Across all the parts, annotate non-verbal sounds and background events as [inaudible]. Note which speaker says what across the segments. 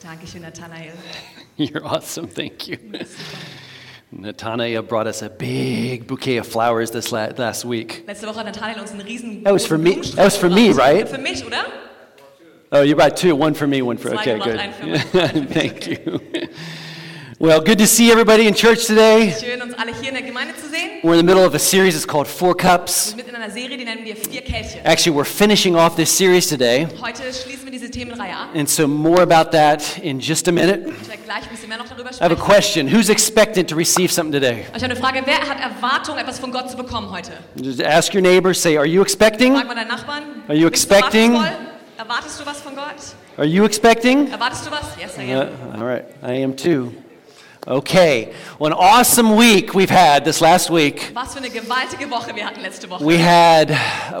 Speaker 1: Dankeschön, Nathanael.
Speaker 2: [laughs] You're awesome. Thank you. Natanael brought us a big bouquet of flowers this la- last week.
Speaker 1: Letzte Woche hat Nathanael uns einen riesen
Speaker 2: That was for me.
Speaker 1: Blumenstrauß
Speaker 2: That was for me,
Speaker 1: gebracht.
Speaker 2: right?
Speaker 1: Für mich, oder?
Speaker 2: Oh, you brought two. One for me, one for.
Speaker 1: Zwei
Speaker 2: Okay,
Speaker 1: gebracht,
Speaker 2: good.
Speaker 1: einen für mich,
Speaker 2: [laughs] Thank you. Well, good to see everybody in church today.
Speaker 1: Schön, uns alle hier in der Gemeinde zu sehen.
Speaker 2: We're in the middle of a series. It's called Four
Speaker 1: Wir
Speaker 2: Cups.
Speaker 1: sind Mit in einer Serie, die nennen wir Vier Kelche.
Speaker 2: Actually, we're finishing off this series today,
Speaker 1: Heute schließen wir diese Themenreihe ab.
Speaker 2: and so more about that in just a minute.
Speaker 1: Ich werde gleich ein bisschen mehr noch darüber
Speaker 2: I have a
Speaker 1: sprechen. Aber
Speaker 2: question. Who's expectant to receive something today?
Speaker 1: Ich habe eine Frage. Wer hat Erwartung, etwas von Gott zu bekommen heute?
Speaker 2: Just ask your neighbor. Say, are you expecting?
Speaker 1: Frag mal deinen Nachbarn.
Speaker 2: Are you
Speaker 1: Bist du
Speaker 2: expecting?
Speaker 1: erwartungsvoll? Erwartest du was von Gott?
Speaker 2: Are you expecting?
Speaker 1: Erwartest du was? Yes, I am.
Speaker 2: Yeah, all right, I am too. Okay, well, an awesome week we've had this last week.
Speaker 1: Was für eine gewaltige Woche wir hatten letzte Woche.
Speaker 2: We had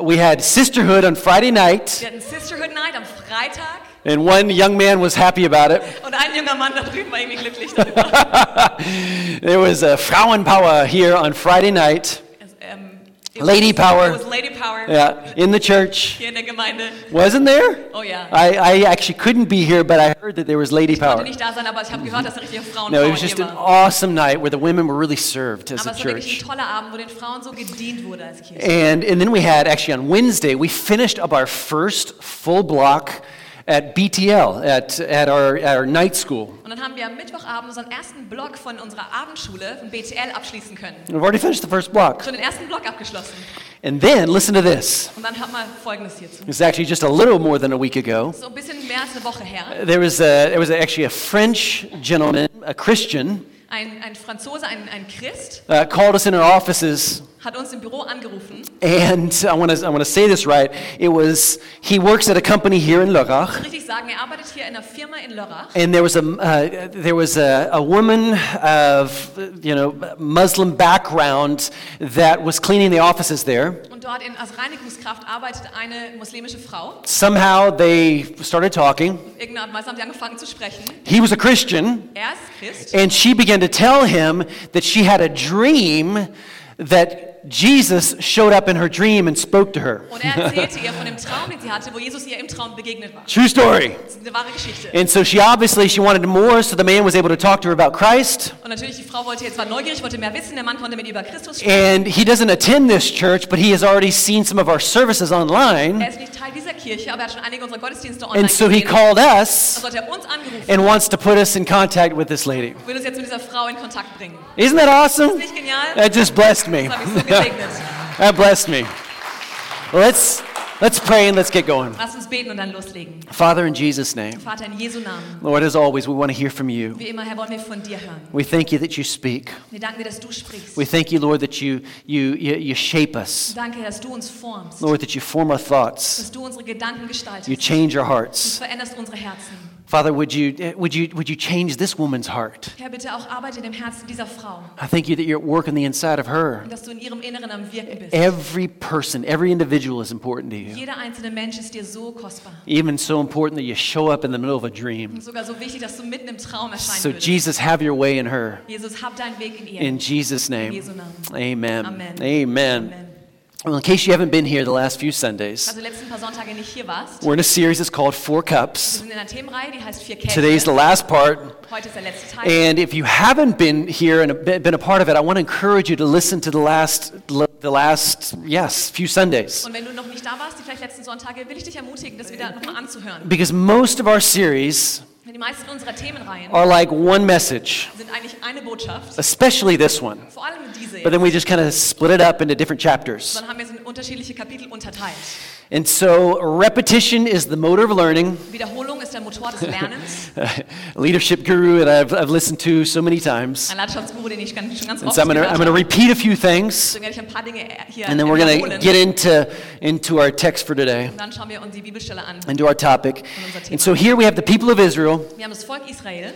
Speaker 2: we had sisterhood on Friday night,
Speaker 1: wir hatten Sisterhood Night am Freitag
Speaker 2: and one young man was happy about it.
Speaker 1: und ein junger Mann da drüben war irgendwie glücklich darüber.
Speaker 2: There was a Frauenpower here on Friday night,
Speaker 1: Es, ähm,
Speaker 2: Lady
Speaker 1: it was,
Speaker 2: Power.
Speaker 1: It was Lady Power
Speaker 2: yeah, in the church.
Speaker 1: hier in der Gemeinde.
Speaker 2: Wasn't there?
Speaker 1: Oh ja.
Speaker 2: I, I actually couldn't be here, but I heard that there was lady
Speaker 1: Ich konnte
Speaker 2: power.
Speaker 1: nicht da sein, aber ich habe gehört, dass eine richtige Frauenpower
Speaker 2: No, it was
Speaker 1: hier
Speaker 2: just an
Speaker 1: war.
Speaker 2: awesome night where the women were really served as
Speaker 1: Aber
Speaker 2: a
Speaker 1: es war wirklich
Speaker 2: church.
Speaker 1: ein toller Abend, wo den Frauen so gedient wurde als Kirche.
Speaker 2: And, and then we had, actually on Wednesday, we finished up our first full block at BTL, at, at, our, at our night school.
Speaker 1: Und dann haben wir am Mittwochabend unseren ersten Block von unserer Abendschule, von BTL, abschließen können.
Speaker 2: We've already finished the first block.
Speaker 1: Schon den ersten Block abgeschlossen.
Speaker 2: And then, listen to this.
Speaker 1: Und dann hat man Folgendes hierzu.
Speaker 2: It's actually just a little more than a week ago.
Speaker 1: So ein bisschen mehr als eine Woche her.
Speaker 2: There was, a, there was actually a French gentleman, a Christian,
Speaker 1: Ein, ein Franzose, ein, ein Christ,
Speaker 2: uh, called us in our offices.
Speaker 1: hat uns im Büro angerufen.
Speaker 2: And I want to I wanna say this right. It was, he works at a company here in Lörrach.
Speaker 1: Richtig sagen, er arbeitet hier in einer Firma in Lörrach.
Speaker 2: And there was a uh, there was a, a woman of you know Muslim background that was cleaning the offices there.
Speaker 1: Und dort in, als Reinigungskraft arbeitet eine muslimische Frau.
Speaker 2: Somehow they started talking.
Speaker 1: Irgendeine Art und Weise haben sie angefangen zu sprechen.
Speaker 2: He was a Christian,
Speaker 1: Er ist Christ.
Speaker 2: and she began to tell him that she had a dream that Jesus showed up in her dream and spoke to her.
Speaker 1: Und er erzählte ihr von dem Traum, den sie hatte, wo Jesus ihr im Traum begegnet war.
Speaker 2: True story.
Speaker 1: Das ist eine wahre Geschichte.
Speaker 2: And so she obviously she wanted more, so the man was able to talk to her about Christ.
Speaker 1: Und natürlich, die Frau wollte jetzt war neugierig, wollte mehr wissen. Der Mann konnte mit ihr über Christus sprechen.
Speaker 2: And he doesn't attend this church, but he has already seen some of our services online.
Speaker 1: Er ist nicht Teil dieser Kirche, aber er hat schon einige unserer Gottesdienste online
Speaker 2: And so he
Speaker 1: gesehen.
Speaker 2: called us
Speaker 1: Also hat er uns angerufen
Speaker 2: and wants to put us in contact with this lady.
Speaker 1: und will uns jetzt mit dieser Frau in Kontakt bringen.
Speaker 2: Isn't that awesome?
Speaker 1: Ist das nicht genial?
Speaker 2: That just blessed me.
Speaker 1: Das habe ich so
Speaker 2: [laughs]
Speaker 1: gesegnet.
Speaker 2: That blessed me. Well, let's let's pray and let's get going.
Speaker 1: Lass uns beten und dann loslegen.
Speaker 2: Father, in Jesus' name,
Speaker 1: Vater, in Jesu Namen.
Speaker 2: Lord, as always, we want to hear from you.
Speaker 1: Wie immer, Herr, wollen wir von dir hören.
Speaker 2: We thank you that you speak.
Speaker 1: Wir danken dir, dass du sprichst.
Speaker 2: We thank you, Lord, that you you you, you shape us.
Speaker 1: Danke, dass du uns formst.
Speaker 2: Lord, that you form our thoughts.
Speaker 1: Dass du unsere Gedanken
Speaker 2: You
Speaker 1: gestaltest.
Speaker 2: change our
Speaker 1: Du
Speaker 2: hearts.
Speaker 1: veränderst unsere Herzen.
Speaker 2: Father, would you eh, would you would you change this woman's heart?
Speaker 1: Herr, bitte auch arbeite in dem Herzen dieser Frau.
Speaker 2: I thank you that you're at work on the inside of her.
Speaker 1: Und dass du in ihrem Inneren am Wirken bist.
Speaker 2: Every person, every individual is important to you.
Speaker 1: Jeder einzelne Mensch ist dir so kostbar.
Speaker 2: Even so important that you show up in the middle of a dream.
Speaker 1: Und sogar so wichtig, dass du mitten im Traum erscheinen
Speaker 2: So,
Speaker 1: würdest.
Speaker 2: Jesus, have your way in her.
Speaker 1: Jesus, hab deinen Weg in ihr.
Speaker 2: In Jesus'
Speaker 1: In
Speaker 2: name.
Speaker 1: Jesu Namen.
Speaker 2: Amen.
Speaker 1: Amen.
Speaker 2: Amen.
Speaker 1: Amen.
Speaker 2: Well, in case you haven't been here the last few Sundays,
Speaker 1: Falls du die letzten paar Sonntage nicht hier warst, wir
Speaker 2: we're in a series that's called Four Cups.
Speaker 1: sind in einer Themenreihe, die heißt Vier Kelche.
Speaker 2: Today's the last part.
Speaker 1: Heute ist der letzte Teil.
Speaker 2: And if you haven't been here and been a part of it, I want to encourage you to listen to the last, the last, yes, few Sundays.
Speaker 1: Und wenn du noch nicht da warst, die vielleicht letzten Sonntage, will ich dich ermutigen, das wieder nochmal anzuhören.
Speaker 2: Because most of our series
Speaker 1: Denn die meisten unserer Themenreihen
Speaker 2: are like one message,
Speaker 1: sind eigentlich eine Botschaft,
Speaker 2: especially this one.
Speaker 1: vor allem diese.
Speaker 2: But
Speaker 1: Jetzt.
Speaker 2: then we just kind of split it up into different chapters.
Speaker 1: Dann haben wir es in unterschiedliche Kapitel unterteilt.
Speaker 2: And so repetition is the motor of learning. [laughs]
Speaker 1: Wiederholung ist der Motor des Lernens.
Speaker 2: Leadership guru that I've, I've listened to so many times.
Speaker 1: Ein Landschaftsguru, den ich ganz, schon ganz
Speaker 2: And
Speaker 1: oft
Speaker 2: so I'm going to
Speaker 1: gehört
Speaker 2: I'm
Speaker 1: habe.
Speaker 2: gonna repeat a few things,
Speaker 1: Deswegen werde ich ein paar Dinge hier
Speaker 2: and then we're going to
Speaker 1: wiederholen.
Speaker 2: get into, into our text for today
Speaker 1: Und dann schauen wir uns die Bibelstelle an.
Speaker 2: and do our topic. And so here we have the people of Israel.
Speaker 1: Wir haben das Volk Israel.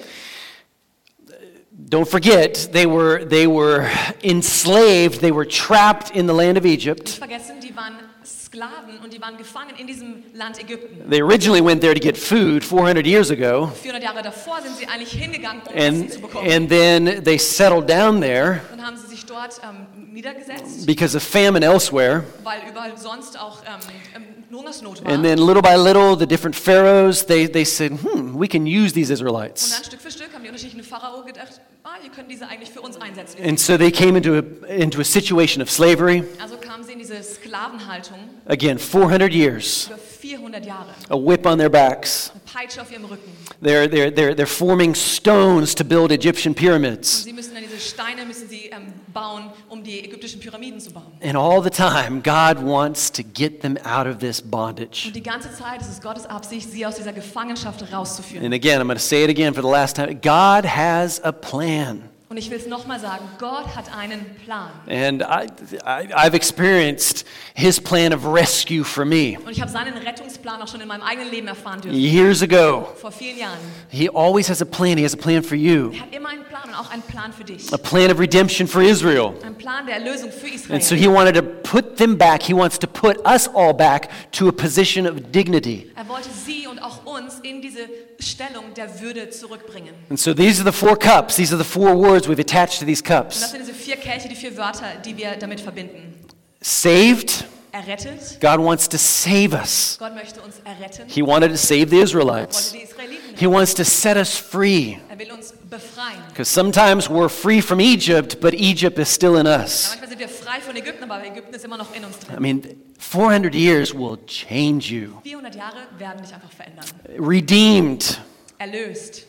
Speaker 2: Don't forget, they were, they were enslaved, they were trapped in the land of
Speaker 1: Nicht
Speaker 2: Egypt.
Speaker 1: vergessen, die waren Sklaven und die waren gefangen in diesem Land Ägypten.
Speaker 2: They originally went there to get food 400 years ago,
Speaker 1: 400 Jahre davor sind sie eigentlich hingegangen, um Essen
Speaker 2: and,
Speaker 1: zu bekommen.
Speaker 2: and then they settled down there.
Speaker 1: Dann haben sie sich dort ähm, niedergesetzt,
Speaker 2: because of famine elsewhere.
Speaker 1: weil überall sonst auch ähm, Hungersnot war.
Speaker 2: And then little by little, the different pharaohs, they, they said, hmm, we can use these
Speaker 1: Und
Speaker 2: Israelites.
Speaker 1: dann Stück für Stück haben die unterschiedlichen Pharao gedacht, ah, ihr könnt diese eigentlich für uns einsetzen.
Speaker 2: And so they came into a, into a situation of slavery,
Speaker 1: Also kamen sie in diese Sklavenhaltung
Speaker 2: again, 400 years,
Speaker 1: über 400 Jahre.
Speaker 2: a whip on their backs.
Speaker 1: Eine Peitsche auf ihrem Rücken.
Speaker 2: They're, they're, they're, they're forming stones to build Egyptian
Speaker 1: Und
Speaker 2: pyramids.
Speaker 1: sie müssen dann diese Steine müssen sie ähm, bauen, um die ägyptischen Pyramiden zu bauen.
Speaker 2: And all the time, God wants to get them out of this bondage.
Speaker 1: Und die ganze Zeit ist es Gottes Absicht, sie aus dieser Gefangenschaft rauszuführen.
Speaker 2: And again, I'm going to say it again for the last time God has a plan.
Speaker 1: Und ich will es nochmal sagen, Gott hat einen Plan.
Speaker 2: And I, I, I've experienced his plan of rescue for me.
Speaker 1: Und ich habe seinen Rettungsplan auch schon in meinem eigenen Leben erfahren dürfen.
Speaker 2: Years ago,
Speaker 1: Vor vielen Jahren.
Speaker 2: he always has a plan. He has a plan for you,
Speaker 1: Er hat immer einen Plan und auch einen Plan für dich.
Speaker 2: a plan of redemption for Israel.
Speaker 1: Einen Plan der Erlösung für
Speaker 2: And so
Speaker 1: Israel.
Speaker 2: he wanted to put them back. He wants to put us all back to a position of dignity.
Speaker 1: Er wollte sie und auch uns in diese Stellung der Würde zurückbringen.
Speaker 2: And so these are the four cups. These are the four words we've attached to these
Speaker 1: Und das
Speaker 2: cups
Speaker 1: sind diese vier Kelche, die vier Wörter, die wir damit verbinden.
Speaker 2: saved.
Speaker 1: Errettet.
Speaker 2: God wants to save us.
Speaker 1: Gott möchte uns erretten.
Speaker 2: He wanted to save the
Speaker 1: Er wollte
Speaker 2: Israelites,
Speaker 1: die Israeliten.
Speaker 2: He wants to set us free.
Speaker 1: Er will uns befreien.
Speaker 2: Because sometimes we're free from Egypt, but Egypt is still in
Speaker 1: Ja,
Speaker 2: us.
Speaker 1: manchmal sind wir frei von Ägypten, aber Ägypten ist immer noch in uns
Speaker 2: I
Speaker 1: drin.
Speaker 2: mean, 400 years will change you.
Speaker 1: 400 Jahre werden dich einfach verändern.
Speaker 2: Redeemed,
Speaker 1: Erlöst,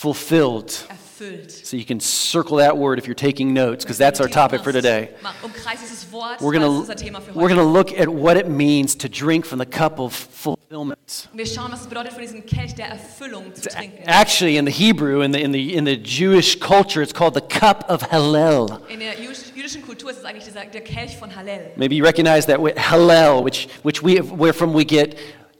Speaker 2: fulfilled.
Speaker 1: erfüllt.
Speaker 2: So you can circle that word if you're taking notes, because that's our topic for today.
Speaker 1: Mach- Umkreis dieses Wort,
Speaker 2: We're
Speaker 1: das ist
Speaker 2: going
Speaker 1: unser Thema
Speaker 2: to
Speaker 1: für
Speaker 2: we're
Speaker 1: heute.
Speaker 2: gonna look at what it means to drink from the cup of fulfillment.
Speaker 1: Wir schauen, was es bedeutet, von diesem Kelch der Erfüllung zu trinken.
Speaker 2: Actually, in the Hebrew, in the, in, the, in the Jewish culture, it's called the cup of Hallel.
Speaker 1: In der jüdisch- jüdischen Kultur ist es eigentlich dieser, der Kelch von Hallel.
Speaker 2: Maybe you recognize that with Hallel, which, which we, where from we get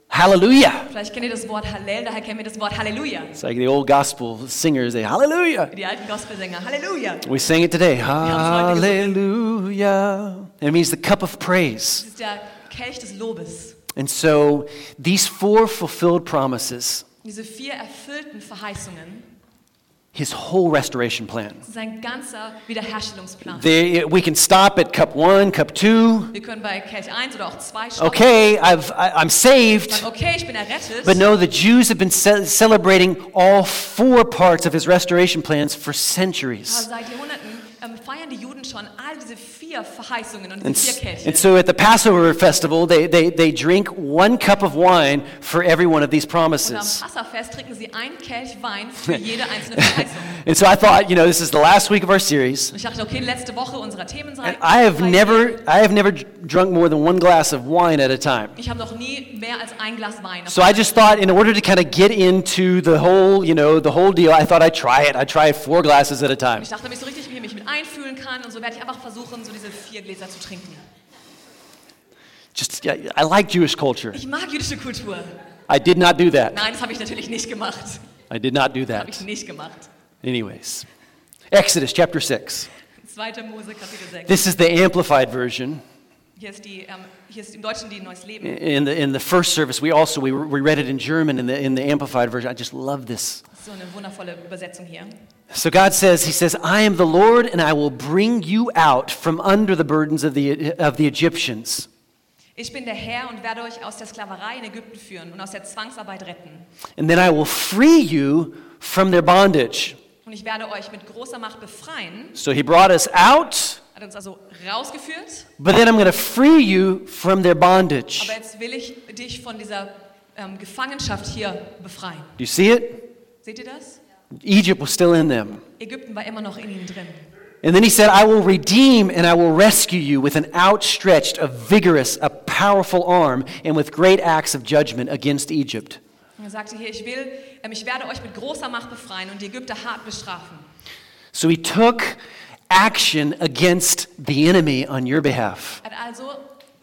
Speaker 2: hallelujah.
Speaker 1: Vielleicht kennt ihr das Wort Hallel, daher kennen wir das Wort Halleluja.
Speaker 2: It's like the old gospel singers, they hallelujah.
Speaker 1: Die alten Gospelsänger, Halleluja.
Speaker 2: We sang it today.
Speaker 1: haben es heute
Speaker 2: Hallelujah. It means the cup of praise.
Speaker 1: Das ist der Kelch des Lobes.
Speaker 2: And so these four fulfilled promises,
Speaker 1: Diese vier erfüllten Verheißungen,
Speaker 2: his whole restoration plan.
Speaker 1: das ist ein ganzer Wiederherstellungsplan.
Speaker 2: They, we can stop at cup one, cup two.
Speaker 1: Wir können bei Kelch 1 oder auch 2 stoppen.
Speaker 2: Okay, I've, I, I'm saved.
Speaker 1: Okay, ich bin errettet.
Speaker 2: But no, the Jews have been ce- celebrating all four parts of his restoration plans for
Speaker 1: Aber
Speaker 2: centuries.
Speaker 1: seit Jahrhunderten ähm, feiern die Juden schon all diese vier Verheißungen und
Speaker 2: And,
Speaker 1: diese
Speaker 2: s-
Speaker 1: vier Kelche.
Speaker 2: and so at the Passover festival, they, they, they drink one cup of wine for every one of these
Speaker 1: und am
Speaker 2: promises.
Speaker 1: Passafest trinken sie einen Kelch
Speaker 2: [laughs]
Speaker 1: Wein für jede einzelne Verheißung.
Speaker 2: And so I thought, you know, this is the last week of our series.
Speaker 1: Und ich dachte, okay, letzte Woche unserer
Speaker 2: And
Speaker 1: Themenseite.
Speaker 2: I have never, I have never drunk more than one glass of wine at a time.
Speaker 1: Ich habe noch nie mehr als ein Glas Wein.
Speaker 2: So I just thought, in order to kind of get into the whole, you know, the whole deal, I thought I'd try it. I try four glasses at a time.
Speaker 1: Ich dachte, damit ich so richtig mich mit einfühlen kann und so werde ich einfach versuchen, so diese vier Gläser zu trinken.
Speaker 2: Just, yeah, I like Jewish culture.
Speaker 1: Ich mag jüdische Kultur.
Speaker 2: I did not do that.
Speaker 1: Nein, das habe ich natürlich nicht gemacht.
Speaker 2: I did not do
Speaker 1: Habe ich
Speaker 2: that.
Speaker 1: nicht gemacht.
Speaker 2: Anyways, Exodus chapter six.
Speaker 1: 2. Mose, Kapitel 6.
Speaker 2: This is the amplified version.
Speaker 1: Hier ist, die, ähm, hier ist im Deutschen die Neues Leben.
Speaker 2: In the, in the first service, we also we, we read it in German in the, in the amplified version. I just love this.
Speaker 1: Das ist so eine wundervolle Übersetzung hier.
Speaker 2: So God says, He says, I am the Lord, and I will bring you out from under the burdens of the, of the Egyptians.
Speaker 1: Ich bin der Herr und werde euch aus der Sklaverei in Ägypten führen und aus der Zwangsarbeit retten.
Speaker 2: And then I will free you from their bondage.
Speaker 1: Und ich werde euch mit großer Macht befreien.
Speaker 2: So He brought us out,
Speaker 1: Hat uns also rausgeführt.
Speaker 2: but then I'm going to free you from their bondage.
Speaker 1: Aber jetzt will ich dich von dieser ähm, Gefangenschaft hier befreien.
Speaker 2: Do you see it?
Speaker 1: Seht ihr das?
Speaker 2: Egypt was still in them.
Speaker 1: Ägypten war immer noch in ihnen drin.
Speaker 2: And then He said, I will redeem and I will rescue you with an outstretched, a vigorous, a powerful arm, and with great acts of judgment against Egypt.
Speaker 1: Und er sagte hier, ich will, ähm, ich werde euch mit großer Macht befreien und die Ägypter hart bestrafen.
Speaker 2: So he took action against the enemy on your behalf.
Speaker 1: Hat also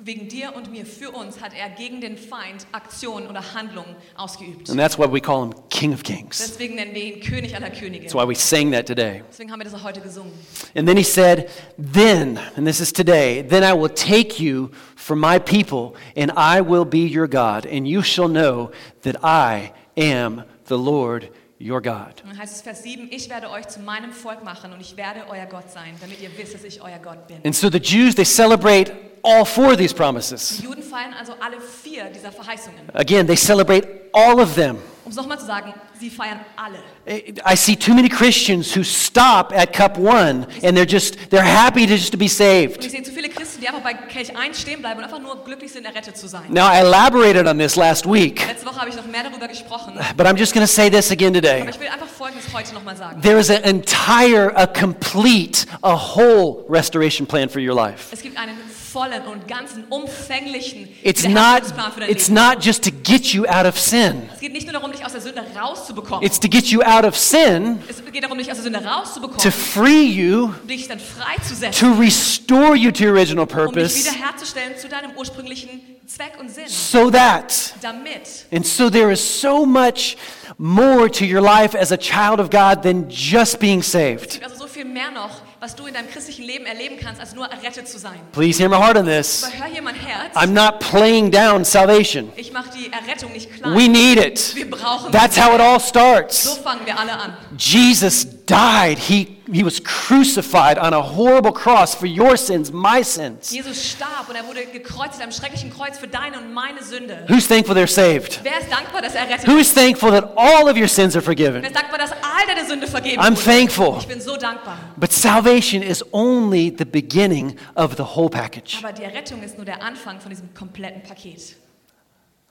Speaker 1: wegen dir und mir für uns hat er gegen den Feind Aktionen oder Handlungen ausgeübt.
Speaker 2: And that's why we call him King of Kings.
Speaker 1: Deswegen nennen wir ihn König aller Könige.
Speaker 2: That's why we sang that today.
Speaker 1: Deswegen haben wir das auch heute gesungen.
Speaker 2: And then he said, Then, and this is today, then I will take you for my people, and I will be your God, and you shall know that I am the Lord your God.
Speaker 1: Und dann heißt es Vers 7, ich werde euch zu meinem Volk machen und ich werde euer Gott sein, damit ihr wisst, dass ich euer Gott bin.
Speaker 2: And so the Jews, they celebrate all four of these promises.
Speaker 1: Die Juden feiern also alle vier dieser Verheißungen.
Speaker 2: Again, they celebrate all of them.
Speaker 1: Um es nochmal zu sagen, sie feiern alle.
Speaker 2: I Eh, I see too many Christians who stop at cup one and they're just, they're happy to just to be
Speaker 1: Und
Speaker 2: saved.
Speaker 1: ich sehe zu viele Christen, die einfach bei Kelch 1 stehen bleiben und einfach nur glücklich sind, errettet zu sein.
Speaker 2: Now, I elaborated on this last week,
Speaker 1: Letzte Woche habe ich noch mehr darüber gesprochen,
Speaker 2: but I'm just going to say this again
Speaker 1: aber
Speaker 2: today.
Speaker 1: ich will einfach Folgendes heute nochmal sagen.
Speaker 2: There is an entire, a complete, a whole restoration plan for your life.
Speaker 1: Es gibt einen vollen und ganzen umfänglichen
Speaker 2: It's not,
Speaker 1: Wiederherstellungsplan für dein
Speaker 2: it's
Speaker 1: Leben.
Speaker 2: not just to get you out of sin,
Speaker 1: Es geht nicht nur darum, dich aus der Sünde rauszubekommen.
Speaker 2: it's to get you out of sin,
Speaker 1: es geht darum, dich aus der Sünde
Speaker 2: to
Speaker 1: rauszubekommen,
Speaker 2: free you,
Speaker 1: dich dann freizusetzen,
Speaker 2: to restore you to your original
Speaker 1: um dich
Speaker 2: purpose,
Speaker 1: wiederherzustellen zu deinem ursprünglichen Zweck und Sinn.
Speaker 2: so that.
Speaker 1: Damit.
Speaker 2: And so there is so much more to your life as a child of God than just being
Speaker 1: Es
Speaker 2: saved.
Speaker 1: gibt also so viel mehr noch, was du in deinem christlichen Leben erleben kannst, als nur errettet zu sein.
Speaker 2: Please hear my heart on this.
Speaker 1: Aber hör hier mein Herz.
Speaker 2: I'm not playing down salvation.
Speaker 1: Ich mache die Errettung nicht klein.
Speaker 2: We need it.
Speaker 1: wir brauchen
Speaker 2: That's
Speaker 1: sie.
Speaker 2: how it all
Speaker 1: So
Speaker 2: starts.
Speaker 1: fangen wir alle an.
Speaker 2: Jesus died. He, he was crucified on a horrible cross for your sins, my sins.
Speaker 1: Jesus starb und er wurde gekreuzigt am schrecklichen Kreuz für deine und meine Sünde.
Speaker 2: Who's thankful they're saved?
Speaker 1: Wer ist dankbar, dass er errettet
Speaker 2: Who is thankful that all of your sins are
Speaker 1: Ich
Speaker 2: forgiven?
Speaker 1: bin dankbar, dass all deine Sünde vergeben
Speaker 2: I'm
Speaker 1: wurde.
Speaker 2: thankful.
Speaker 1: Ich bin so dankbar.
Speaker 2: But salvation is only the beginning of the whole package.
Speaker 1: Aber die Errettung ist nur der Anfang von diesem kompletten Paket.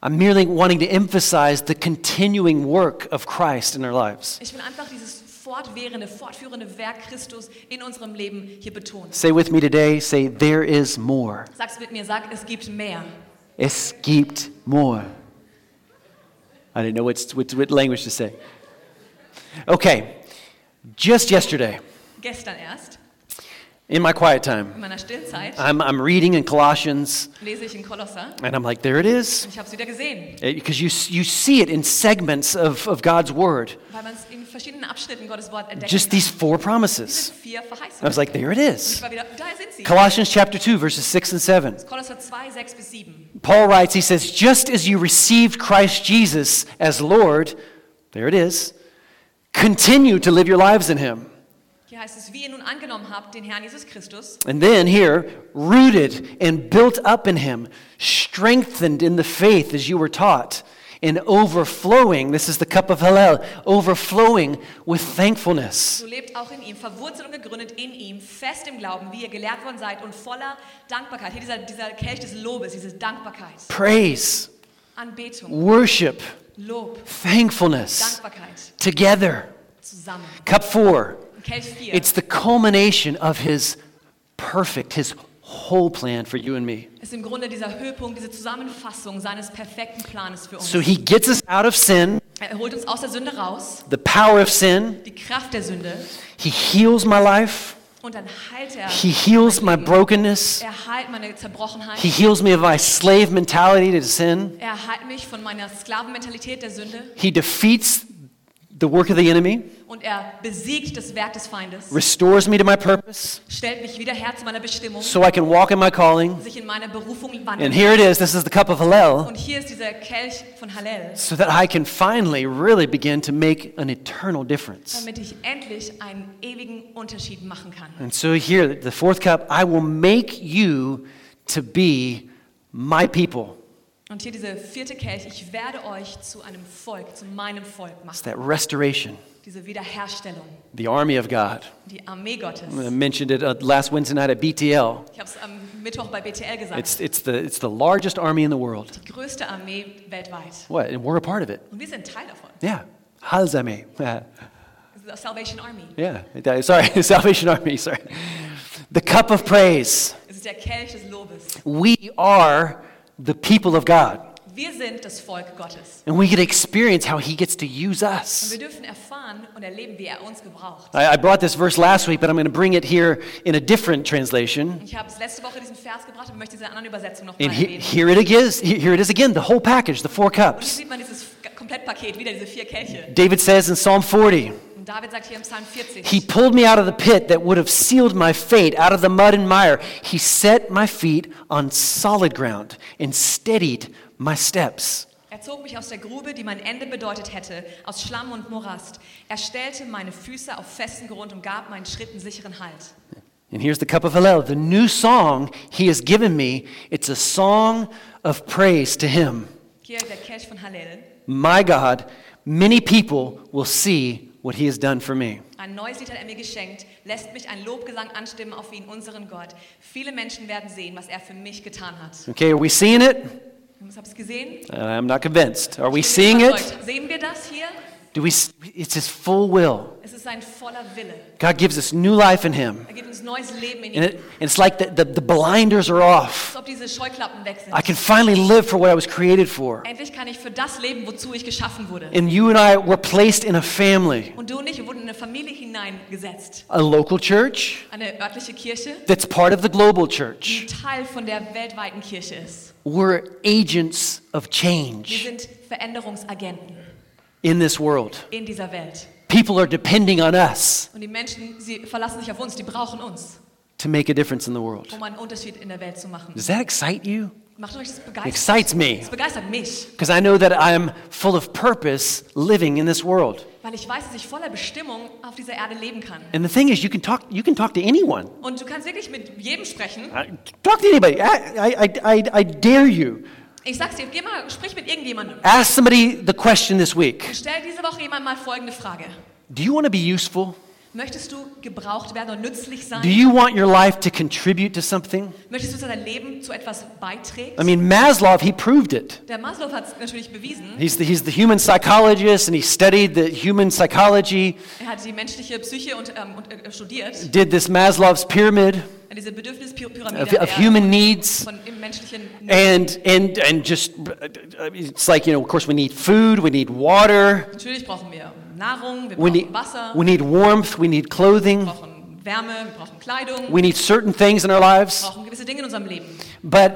Speaker 2: I'm merely wanting to emphasize the continuing work of Christ in our lives.
Speaker 1: Ich will einfach dieses fortwährende, fortführende Werk Christus in unserem Leben hier betonen.
Speaker 2: Say with me today, say, there is more.
Speaker 1: Sag's mit mir, sag, es gibt mehr.
Speaker 2: Es gibt more. I didn't know what, what, what language to say. Okay, just yesterday,
Speaker 1: Gestern erst,
Speaker 2: in my quiet time,
Speaker 1: in meiner Stillzeit,
Speaker 2: I'm, I'm reading in Colossians,
Speaker 1: lese ich in Kolosser
Speaker 2: and I'm like, there it is.
Speaker 1: und ich habe es wieder gesehen,
Speaker 2: Because you, you see it in segments of, of God's word,
Speaker 1: weil man es in verschiedenen Abschnitten Gottes Wort entdeckt.
Speaker 2: just these four promises.
Speaker 1: diese vier Verheißungen.
Speaker 2: I was like, there it
Speaker 1: und ich
Speaker 2: is.
Speaker 1: war wieder, da sind sie.
Speaker 2: Colossians chapter 2, verses 6 and 7.
Speaker 1: Kolosser 2, 6 bis 7.
Speaker 2: Paul writes, he says, just as you received Christ Jesus as Lord, there it is, continue to live your lives in him.
Speaker 1: Hier heißt es, wie ihr nun angenommen habt, den Herrn Jesus Christus,
Speaker 2: And then here, rooted and built up in him, strengthened in the faith as you were taught, and overflowing, this is the cup of Hallel, overflowing with thankfulness.
Speaker 1: So lebt auch in ihm, verwurzelt und gegründet in ihm, fest im Glauben, wie ihr gelehrt worden seid und voller Dankbarkeit. Hier dieser, dieser Kelch des Lobes, diese Dankbarkeit,
Speaker 2: Praise,
Speaker 1: Anbetung,
Speaker 2: worship,
Speaker 1: Lob,
Speaker 2: thankfulness,
Speaker 1: Dankbarkeit
Speaker 2: together.
Speaker 1: zusammen.
Speaker 2: Cup four,
Speaker 1: Kelch 4.
Speaker 2: It's the culmination of his perfect, his whole plan for you and me.
Speaker 1: ist im Grunde dieser Höhepunkt, diese Zusammenfassung seines perfekten Planes für uns.
Speaker 2: So he gets us out of sin,
Speaker 1: er holt uns aus der Sünde raus,
Speaker 2: the power of sin.
Speaker 1: die Kraft der Sünde,
Speaker 2: He heals my life.
Speaker 1: und dann heilt er.
Speaker 2: He heals my brokenness.
Speaker 1: Er heilt meine Zerbrochenheit.
Speaker 2: He heals me of my slave mentality to sin.
Speaker 1: er heilt mich von meiner Sklavenmentalität der Sünde
Speaker 2: He defeats the work of the enemy,
Speaker 1: und er besiegt das Werk des Feindes,
Speaker 2: restores me to my purpose
Speaker 1: stellt mich wieder her zu meiner Bestimmung.
Speaker 2: so I can walk in my calling.
Speaker 1: sich in meine Berufung
Speaker 2: And
Speaker 1: wandeln.
Speaker 2: here it is this is the cup of Hallel,
Speaker 1: Und hier ist dieser Kelch von Hallel,
Speaker 2: so that I can finally really begin to make an eternal difference.
Speaker 1: damit ich endlich einen ewigen Unterschied machen kann.
Speaker 2: And so here, the fourth cup, I will make you to be my people.
Speaker 1: Und hier diese vierte Kelch, ich werde euch zu einem Volk, zu meinem Volk
Speaker 2: It's
Speaker 1: machen.
Speaker 2: that restoration,
Speaker 1: Diese Wiederherstellung,
Speaker 2: the army of God.
Speaker 1: die Armee Gottes.
Speaker 2: I mentioned it uh, last Wednesday night at BTL.
Speaker 1: Ich habe es am Mittwoch bei BTL gesagt.
Speaker 2: It's, it's, the, it's the largest army in the world.
Speaker 1: Die größte Armee weltweit.
Speaker 2: What? And we're a part of it.
Speaker 1: Und wir sind Teil davon.
Speaker 2: Yeah. Halzame. [laughs]
Speaker 1: The
Speaker 2: Yeah.
Speaker 1: Salvation Army.
Speaker 2: Yeah. That- Sorry, [laughs] Salvation Army. Sorry. The cup of praise.
Speaker 1: Es ist der Kelch des Lobes.
Speaker 2: We are the people of God.
Speaker 1: Wir sind das Volk Gottes.
Speaker 2: And we get to experience how He gets to use
Speaker 1: Und
Speaker 2: us.
Speaker 1: wir dürfen erfahren und erleben, wie er uns gebraucht.
Speaker 2: I, I brought this verse last week, but I'm going to bring it here in a different translation.
Speaker 1: Ich habe es letzte Woche diesen Vers gebracht und möchte diese anderen Übersetzung nochmal
Speaker 2: And he-
Speaker 1: erwähnen.
Speaker 2: here it is. he- Here it is again. The whole package, the four
Speaker 1: Und hier
Speaker 2: cups.
Speaker 1: sieht man dieses Komplettpaket, wieder diese vier Kelche.
Speaker 2: David says in Psalm 40,
Speaker 1: Und David sagt hier im Psalm 40,
Speaker 2: He pulled me out of the pit that would have sealed my fate, out of the mud and mire. He set my feet on solid ground and steadied my steps.
Speaker 1: Er zog mich aus der Grube, die mein Ende bedeutet hätte, aus Schlamm und Morast. Er stellte meine Füße auf festen Grund und gab meinen Schritten sicheren Halt.
Speaker 2: And here's the cup of Hallel, the new song he has given me. It's a song of praise to him.
Speaker 1: Hier der Kelch von Hallel.
Speaker 2: My God, many people will see what he has done for me.
Speaker 1: Ein neues Lied hat er mir geschenkt, lässt mich ein Lobgesang anstimmen auf ihn, unseren Gott. Viele Menschen werden sehen, was er für mich getan hat.
Speaker 2: Okay, are we seeing it?
Speaker 1: Habt ihr es gesehen?
Speaker 2: Uh, I'm not convinced. Are we
Speaker 1: Ich bin
Speaker 2: seeing it?
Speaker 1: überzeugt. Sehen wir das hier?
Speaker 2: Do we s- it's his full will.
Speaker 1: Es ist ein voller Wille.
Speaker 2: God gives us new life in him.
Speaker 1: Er gibt uns neues Leben in ihm.
Speaker 2: And, it, and it's like the, the, the blinders are off.
Speaker 1: Als ob diese Scheuklappen weg sind.
Speaker 2: I can finally live for what I was created for.
Speaker 1: Endlich kann ich für das leben, wozu ich geschaffen wurde.
Speaker 2: And you and I were placed in a family,
Speaker 1: Und du und ich wurden in eine Familie hineingesetzt.
Speaker 2: a local church
Speaker 1: Eine örtliche Kirche,
Speaker 2: that's part of the global
Speaker 1: die
Speaker 2: church.
Speaker 1: Teil von der weltweiten Kirche ist.
Speaker 2: We're agents of
Speaker 1: Wir
Speaker 2: change
Speaker 1: sind Veränderungsagenten
Speaker 2: in this world.
Speaker 1: in dieser Welt.
Speaker 2: People are depending on us
Speaker 1: Und die Menschen, sie verlassen sich auf uns, die brauchen uns,
Speaker 2: to make a difference in the world.
Speaker 1: um einen Unterschied in der Welt zu machen.
Speaker 2: Does that excite you?
Speaker 1: Macht euch das
Speaker 2: It
Speaker 1: begeistert?
Speaker 2: excites me
Speaker 1: Das begeistert mich,
Speaker 2: because I know that I'm full of purpose living in this world.
Speaker 1: weil ich weiß, dass ich voller Bestimmung auf dieser Erde leben kann.
Speaker 2: And the thing is, you can talk, you can talk to anyone.
Speaker 1: Und du kannst wirklich mit jedem sprechen.
Speaker 2: I- Talk to anybody. I, I, I, I dare you.
Speaker 1: Ich sag's dir, geh mal, sprich mit irgendjemandem.
Speaker 2: Ask somebody the question this week
Speaker 1: Stell diese Woche jemand mal folgende Frage.
Speaker 2: Do you want to be useful?
Speaker 1: Möchtest du gebraucht werden und nützlich
Speaker 2: Do
Speaker 1: sein?
Speaker 2: you want your life to contribute to something?
Speaker 1: Möchtest du, dass dein Leben zu etwas beiträgt?
Speaker 2: I mean, Maslow, he proved it.
Speaker 1: Der Maslow hat es natürlich bewiesen.
Speaker 2: He's the, he's the human psychologist and he studied the human psychology,
Speaker 1: Er hat die menschliche Psyche und, ähm, und äh, studiert.
Speaker 2: did this Maslow's pyramid
Speaker 1: Diese Bedürfnispyramide
Speaker 2: of, of
Speaker 1: der-
Speaker 2: human needs.
Speaker 1: von im menschlichen
Speaker 2: And, and, and just, I mean, it's like, you know, of course, we need food, we need water,
Speaker 1: Natürlich brauchen wir Nahrung, wir
Speaker 2: we
Speaker 1: brauchen
Speaker 2: need,
Speaker 1: Wasser,
Speaker 2: we need warmth, we need clothing,
Speaker 1: wir brauchen Wärme, wir brauchen Kleidung, wir
Speaker 2: we need certain things in our lives.
Speaker 1: brauchen gewisse Dinge in unserem Leben.
Speaker 2: But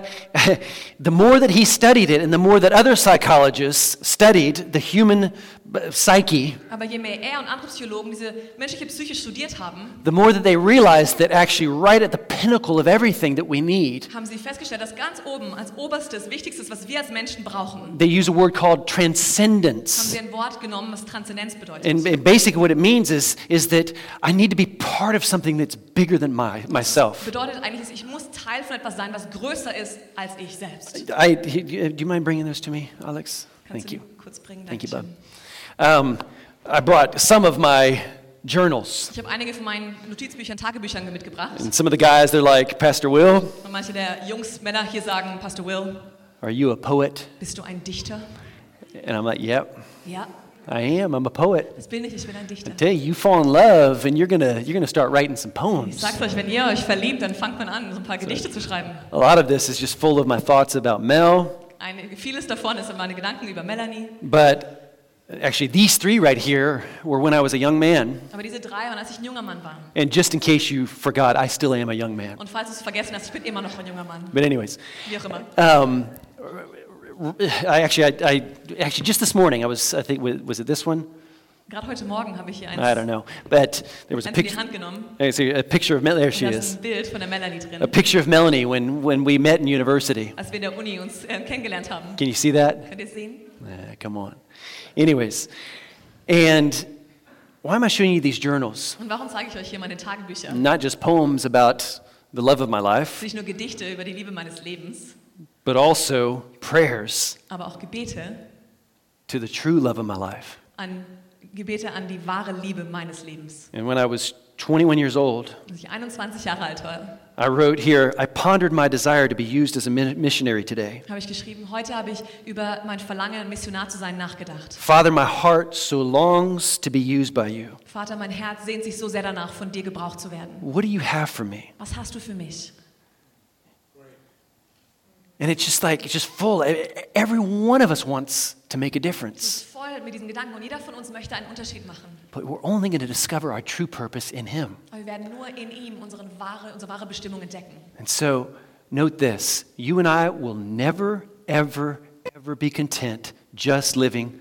Speaker 2: [laughs] the more that he studied it and the more that other psychologists studied the human uh, psyche,
Speaker 1: Aber je mehr er und andere Psychologen diese menschliche Psyche studiert haben,
Speaker 2: the more that they realized that actually, right at the pinnacle of everything that we need,
Speaker 1: haben sie festgestellt, dass ganz oben als oberstes, wichtigstes, was wir als Menschen brauchen,
Speaker 2: they use a word called
Speaker 1: haben
Speaker 2: transcendence.
Speaker 1: sie ein Wort genommen, was Transzendenz bedeutet.
Speaker 2: And, and basically, what it means is, is that I need to be part of something that's bigger than my, myself.
Speaker 1: bedeutet eigentlich, dass ich muss Teil von etwas sein, was größer ist als ich selbst.
Speaker 2: I, he- do you mind bringing those to me, Alex?
Speaker 1: Kannst
Speaker 2: Thank
Speaker 1: du
Speaker 2: you.
Speaker 1: die kurz bringen?
Speaker 2: Thank you, Bob.
Speaker 1: Dankeschön.
Speaker 2: Um, I brought some of my journals.
Speaker 1: Ich habe einige von meinen Notizbüchern, Tagebüchern mitgebracht.
Speaker 2: And some of the guys, they're like, Pastor Will,
Speaker 1: Und manche der Jungs, Männer hier sagen, Pastor Will,
Speaker 2: are you a poet?
Speaker 1: bist du ein Dichter?
Speaker 2: And I'm like, yep,
Speaker 1: Ja,
Speaker 2: I am. I'm a poet.
Speaker 1: das bin ich, ich bin ein Dichter.
Speaker 2: I tell you, you fall in love and you're gonna you're gonna start writing some
Speaker 1: Ich
Speaker 2: poems.
Speaker 1: sag's euch, wenn ihr euch verliebt, dann fangt man an, so ein paar Gedichte zu schreiben.
Speaker 2: A lot of this is just full of my thoughts about Mel,
Speaker 1: Ein, vieles davon ist meine Gedanken über Melanie.
Speaker 2: but actually these three right here were when I was a young man.
Speaker 1: Aber diese drei waren, als ich ein junger Mann war.
Speaker 2: And just in case you forgot, I still am a young man.
Speaker 1: Und falls du es vergessen hast, ich bin immer noch ein junger Mann.
Speaker 2: But anyways,
Speaker 1: Wie auch immer.
Speaker 2: um, I actually I, I actually just this morning I was I think was it this one
Speaker 1: Gerade heute Morgen habe ich hier eins,
Speaker 2: I don't know but there was
Speaker 1: eins
Speaker 2: a
Speaker 1: in die
Speaker 2: picture
Speaker 1: Hand genommen.
Speaker 2: a picture of Mel there
Speaker 1: Und
Speaker 2: she
Speaker 1: da
Speaker 2: is
Speaker 1: ist ein Bild von der Melanie
Speaker 2: a
Speaker 1: drin,
Speaker 2: picture of Melanie when when we met in university
Speaker 1: als wir in der Uni uns äh, kennengelernt haben.
Speaker 2: can you see that
Speaker 1: Könnt ihr es sehen?
Speaker 2: Nah, come on. Anyways, and why am I showing you these journals?
Speaker 1: Und warum zeige ich euch hier meine Tagebücher?
Speaker 2: Not just poems about the love of my
Speaker 1: Es
Speaker 2: life,
Speaker 1: sind Nicht nur Gedichte über die Liebe meines Lebens,
Speaker 2: but also prayers
Speaker 1: aber auch Gebete
Speaker 2: to the true love of my life.
Speaker 1: an Gebete an die wahre Liebe meines Lebens.
Speaker 2: And when I was 21 years old,
Speaker 1: Als ich 21 Jahre alt war,
Speaker 2: I wrote here, I pondered my desire to be used as a min- missionary today.
Speaker 1: habe ich geschrieben, heute habe ich über mein Verlangen, Missionar zu sein, nachgedacht.
Speaker 2: Father, my heart so longs to be used by you.
Speaker 1: Vater, mein Herz sehnt sich so sehr danach, von dir gebraucht zu werden.
Speaker 2: What do you have for me?
Speaker 1: Was hast du für mich?
Speaker 2: And it's just like, it's just full. E- Every one of us wants to make a
Speaker 1: Es
Speaker 2: difference,
Speaker 1: ist voll mit diesen Gedanken und jeder von uns möchte einen Unterschied machen.
Speaker 2: but we're only going to discover our true purpose in Him.
Speaker 1: Aber wir werden nur in ihm unseren wahre, unsere wahre Bestimmung entdecken.
Speaker 2: And so, note this you and I will never, ever, ever be content just living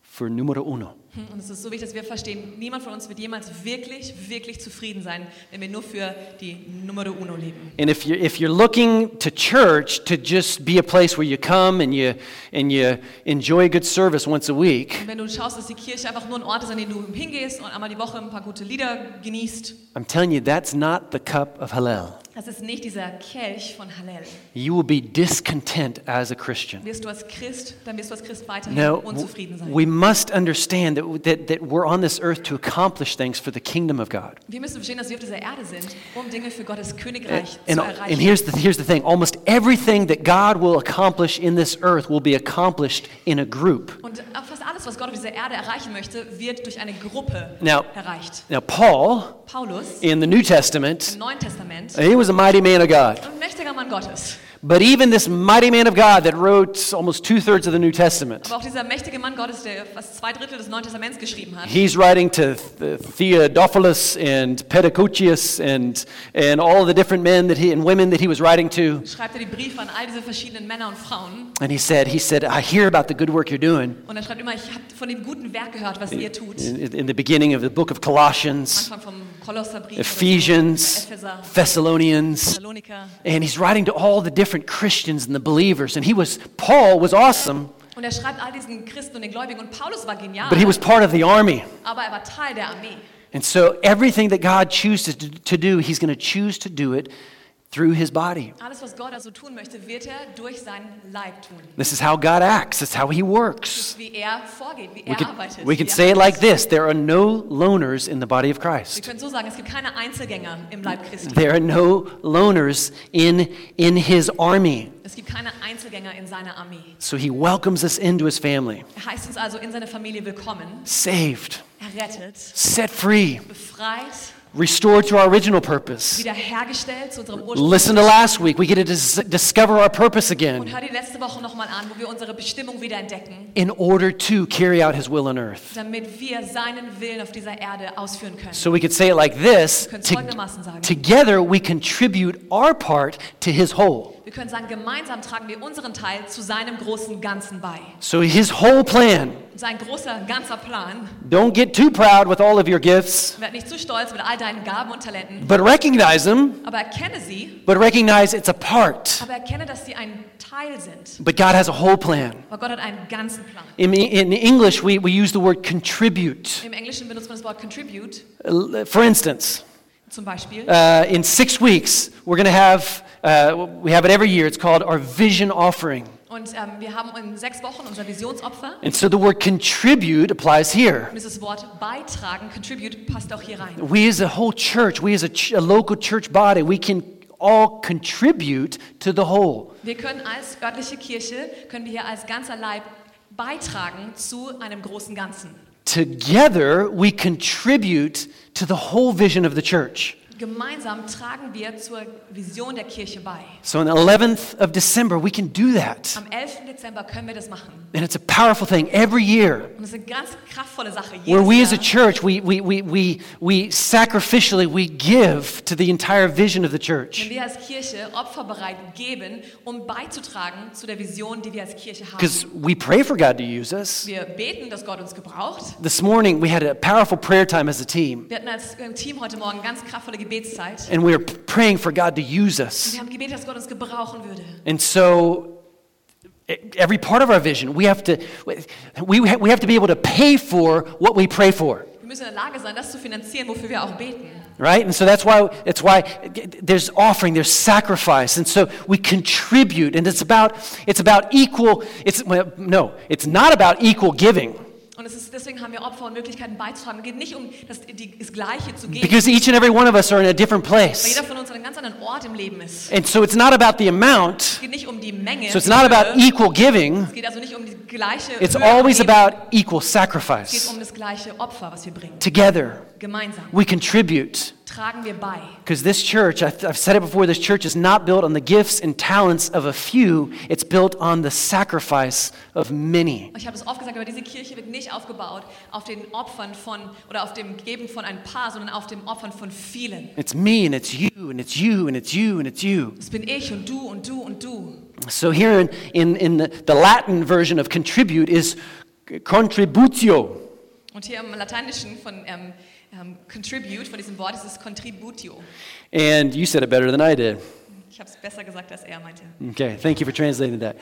Speaker 2: for numero uno.
Speaker 1: Hm, Und es ist so wichtig, dass wir verstehen, niemand von uns wird jemals wirklich, wirklich zufrieden sein, wenn wir nur für die Numero Uno leben.
Speaker 2: And if you're, if you're looking to church to just be a place where you come and you, and you enjoy a good service once a week,
Speaker 1: Und wenn du schaust, dass die Kirche einfach nur ein Ort ist, an den du hingehst und einmal die Woche ein paar gute Lieder genießt,
Speaker 2: I'm telling you, that's not the cup of Hallel.
Speaker 1: das ist nicht dieser Kelch von Hallel.
Speaker 2: You will be discontent as a Christian.
Speaker 1: Wirst du als Christ, dann wirst du als Christ weiterhin
Speaker 2: No,
Speaker 1: unzufrieden sein.
Speaker 2: we must understand that, that, that we're on this earth to accomplish things for the kingdom of God.
Speaker 1: Wir müssen verstehen, dass wir auf dieser Erde sind, um Dinge für Gottes Königreich
Speaker 2: And,
Speaker 1: zu
Speaker 2: and,
Speaker 1: erreichen.
Speaker 2: and here's, the, here's the thing almost everything that God will accomplish in this earth will be accomplished in a group.
Speaker 1: und fast alles, was Gott auf dieser Erde erreichen möchte, wird durch eine Gruppe
Speaker 2: Now-
Speaker 1: erreicht.
Speaker 2: Now, Paul
Speaker 1: Paulus
Speaker 2: in the New Testament,
Speaker 1: im Neuen Testament
Speaker 2: he was a mighty man of God.
Speaker 1: ein mächtiger Mann Gottes.
Speaker 2: But even this mighty man of God that wrote almost two thirds of the New Testament,
Speaker 1: Aber auch dieser mächtige Mann Gottes, der fast zwei Drittel des Neuen Testaments geschrieben hat,
Speaker 2: he's writing to Th- Theodophilus and Pedagogius and, and all the different men that he, and women that he was writing to.
Speaker 1: schreibt er die Briefe an all diese verschiedenen Männer und Frauen.
Speaker 2: And he said, he said, I hear about the good work you're doing
Speaker 1: Und er schreibt immer, ich habe von dem guten Werk gehört, was ihr tut. Am
Speaker 2: in, in the beginning of the book of Colossians,
Speaker 1: Anfang vom also Kolosserbrief,
Speaker 2: Ephesians,
Speaker 1: Epheser,
Speaker 2: Thessalonians.
Speaker 1: Thessaloniker.
Speaker 2: And he's writing to all the different Christians and the believers. And he was, Paul was awesome,
Speaker 1: Und er schreibt all diesen Christen und den Gläubigen. Und Paulus war genial,
Speaker 2: but he was part of the army.
Speaker 1: aber er war Teil der Armee.
Speaker 2: And so everything that God chooses to- to do, He's going to choose to do it through His body.
Speaker 1: Alles, was Gott also tun möchte, wird er durch seinen Leib tun.
Speaker 2: This is how God acts. It's how He works.
Speaker 1: Wie er vorgeht, wie
Speaker 2: We
Speaker 1: er
Speaker 2: can,
Speaker 1: arbeitet.
Speaker 2: we
Speaker 1: wie
Speaker 2: can
Speaker 1: er
Speaker 2: say it like
Speaker 1: handelt.
Speaker 2: this: There are no loners in the body of
Speaker 1: Wir
Speaker 2: Christ.
Speaker 1: können so sagen, es gibt keine Einzelgänger im Leib Christi.
Speaker 2: There are no loners in in His army.
Speaker 1: Es gibt keine Einzelgänger in seiner Armee.
Speaker 2: So He welcomes us into His family,
Speaker 1: Er heißt uns also in seine Familie willkommen,
Speaker 2: saved,
Speaker 1: errettet,
Speaker 2: set free,
Speaker 1: befreit,
Speaker 2: restored to our original purpose.
Speaker 1: wiederhergestellt zu unserem Ursprung.
Speaker 2: Listen to last week. We get to dis- discover our purpose
Speaker 1: Und
Speaker 2: again
Speaker 1: hör die letzte Woche nochmal an, wo wir unsere Bestimmung wieder entdecken,
Speaker 2: in order to carry out His will on earth.
Speaker 1: damit wir seinen Willen auf dieser Erde ausführen können.
Speaker 2: So we could say it like this
Speaker 1: können es
Speaker 2: to-
Speaker 1: folgendermaßen sagen.
Speaker 2: Together we contribute our part to his whole.
Speaker 1: Wir können sagen, gemeinsam tragen wir unseren Teil zu seinem großen Ganzen bei.
Speaker 2: So his whole plan.
Speaker 1: Sein großer, ganzer Plan.
Speaker 2: Don't get too proud with all of your gifts,
Speaker 1: Werd nicht zu stolz mit all deinen Gaben und Talenten,
Speaker 2: but recognize them,
Speaker 1: aber erkenne sie,
Speaker 2: but recognize it's a part.
Speaker 1: aber erkenne, dass sie ein Teil sind.
Speaker 2: But God has a whole plan.
Speaker 1: Aber Gott hat einen ganzen Plan.
Speaker 2: In, in English, we, we use the word contribute. Uh,
Speaker 1: Im Englischen benutzt man das Wort contribute,
Speaker 2: For instance,
Speaker 1: zum Beispiel.
Speaker 2: uh, in six weeks, we're going to have, uh, we have it every year. It's called our vision offering.
Speaker 1: Und ähm, wir haben in sechs Wochen unser Visionsopfer.
Speaker 2: And so the word contribute applies here.
Speaker 1: Und dieses Wort beitragen, contribute, passt auch hier rein.
Speaker 2: we as a whole church, we as a, ch- a local church body, we can all contribute to the whole.
Speaker 1: Wir können als örtliche Kirche, können wir hier als ganzer Leib beitragen zu einem großen Ganzen.
Speaker 2: Together, we contribute to the whole vision of the church.
Speaker 1: Gemeinsam tragen wir zur Vision der Kirche bei.
Speaker 2: So on the 11th of December, we can do that.
Speaker 1: Am 11. Dezember können wir das machen.
Speaker 2: And it's a powerful thing every year
Speaker 1: Und das ist eine ganz kraftvolle Sache. Jedes
Speaker 2: where we as a
Speaker 1: Jahr,
Speaker 2: church, we, we, we, we, we sacrificially, we give to the entire vision of the
Speaker 1: wenn
Speaker 2: church.
Speaker 1: wir als Kirche opferbereit geben, um beizutragen zu der Vision, die wir als Kirche haben.
Speaker 2: Because we pray for God to use us.
Speaker 1: Wir beten, dass Gott uns gebraucht.
Speaker 2: This morning, we had a powerful prayer time as a team.
Speaker 1: Wir hatten als ähm, Team heute Morgen ganz kraftvolle Gebetszeit.
Speaker 2: And we were p- praying for God to use us.
Speaker 1: Wir haben gebetet, dass Gott uns gebrauchen würde.
Speaker 2: And so, e- every part of our vision, we have to, we, ha- we have to be able to pay for what we pray for,
Speaker 1: Wir müssen in der Lage sein, das zu finanzieren, wofür wir auch beten.
Speaker 2: right? And so that's why, that's why there's offering, there's sacrifice, and so we contribute. And it's about, it's about equal. It's well, no, it's not about equal giving
Speaker 1: Und es ist, deswegen haben wir Opfer und Möglichkeiten beizutragen. Es geht nicht um das, die, das Gleiche zu geben,
Speaker 2: because each and every one of us are in a different
Speaker 1: weil
Speaker 2: place.
Speaker 1: jeder von uns an einem ganz anderen Ort im Leben ist.
Speaker 2: And so it's not about the
Speaker 1: Es
Speaker 2: amount.
Speaker 1: geht nicht um die Menge.
Speaker 2: So it's not about equal giving.
Speaker 1: es geht also nicht um die gleiche.
Speaker 2: It's
Speaker 1: Höhe am
Speaker 2: always
Speaker 1: Leben.
Speaker 2: about equal
Speaker 1: Es geht
Speaker 2: sacrifice.
Speaker 1: um das gleiche Opfer, was wir bringen.
Speaker 2: Together,
Speaker 1: Gemeinsam
Speaker 2: we contribute.
Speaker 1: tragen wir bei.
Speaker 2: Because this church, I've, I've said it before, this church is not built on the gifts and talents of a few, it's built on the sacrifice of many.
Speaker 1: Und Ich habe es oft gesagt, aber diese Kirche wird nicht aufgebaut auf den Opfern von oder auf dem Geben von ein paar, sondern auf dem Opfern von vielen.
Speaker 2: It's me and it's you and it's you and it's you and it's you.
Speaker 1: Das bin ich und du und du und du.
Speaker 2: So here in, in, in the, the Latin version of contribute is contributio.
Speaker 1: Und Und hier im Lateinischen von ähm, ähm, contribute, von diesem Wort, ist es contributio.
Speaker 2: And you said it better than I did.
Speaker 1: Ich habe es besser gesagt, als er meinte.
Speaker 2: Okay, thank you for translating that.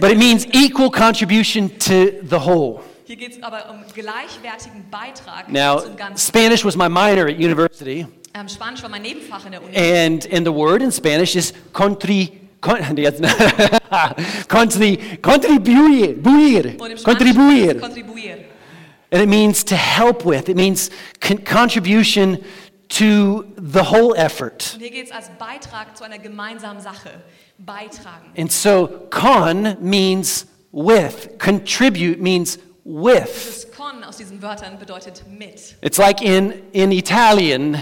Speaker 2: But it means equal contribution to the whole.
Speaker 1: Hier geht es aber um gleichwertigen Beitrag zum
Speaker 2: Now,
Speaker 1: Ganzen.
Speaker 2: Spanish was my minor at university,
Speaker 1: Ähm, Spanisch war mein Nebenfach in der Uni.
Speaker 2: and, and the word in Spanish is contri, con, [laughs] jetzt- contri, contribuir, buir,
Speaker 1: Und im Spanischen heißt es
Speaker 2: contribuir.
Speaker 1: contribuir.
Speaker 2: And it means to help with, it means con- contribution to the whole effort.
Speaker 1: Und hier geht es als Beitrag zu einer gemeinsamen Sache. Beitragen.
Speaker 2: And so, con means with, contribute means with.
Speaker 1: Das con aus diesen Wörtern bedeutet mit.
Speaker 2: It's like in in Italian,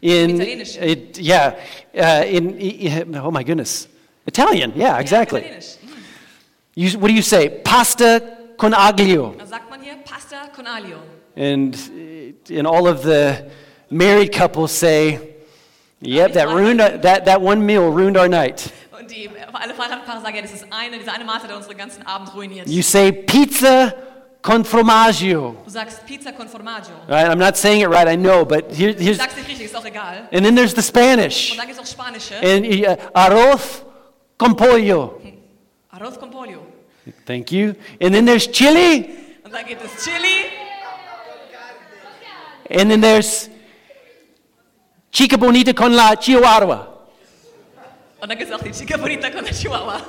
Speaker 2: in
Speaker 1: Italienisch.
Speaker 2: it, yeah, uh, in i- i- oh my goodness, Italian, yeah,
Speaker 1: Ja,
Speaker 2: exactly.
Speaker 1: italienisch. Hm.
Speaker 2: You, what do you say? Pasta con aglio,
Speaker 1: Da sagt man hier Pasta con aglio.
Speaker 2: and uh, and all of the married couples say, "Yep, that ruined our- that that one meal ruined our night."
Speaker 1: Und die, alle Fahrradfahrer sagen, ja, das ist eine, dieser eine Master, der unseren ganzen Abend ruiniert.
Speaker 2: You say pizza con formaggio.
Speaker 1: Du sagst Pizza con formaggio.
Speaker 2: Right? I'm not saying it right, I know, but here,
Speaker 1: Du
Speaker 2: here's
Speaker 1: sagst nicht richtig, ist auch egal.
Speaker 2: and then there's the
Speaker 1: Und
Speaker 2: Spanish
Speaker 1: dann gibt es auch Spanische.
Speaker 2: and uh, arroz con pollo.
Speaker 1: Arroz con pollo.
Speaker 2: Thank you. And then there's chili,
Speaker 1: Und dann gibt es Chili,
Speaker 2: and then there's chica bonita con la chihuahua.
Speaker 1: Und dann gibt es auch die Chica Bonita con la Chihuahua.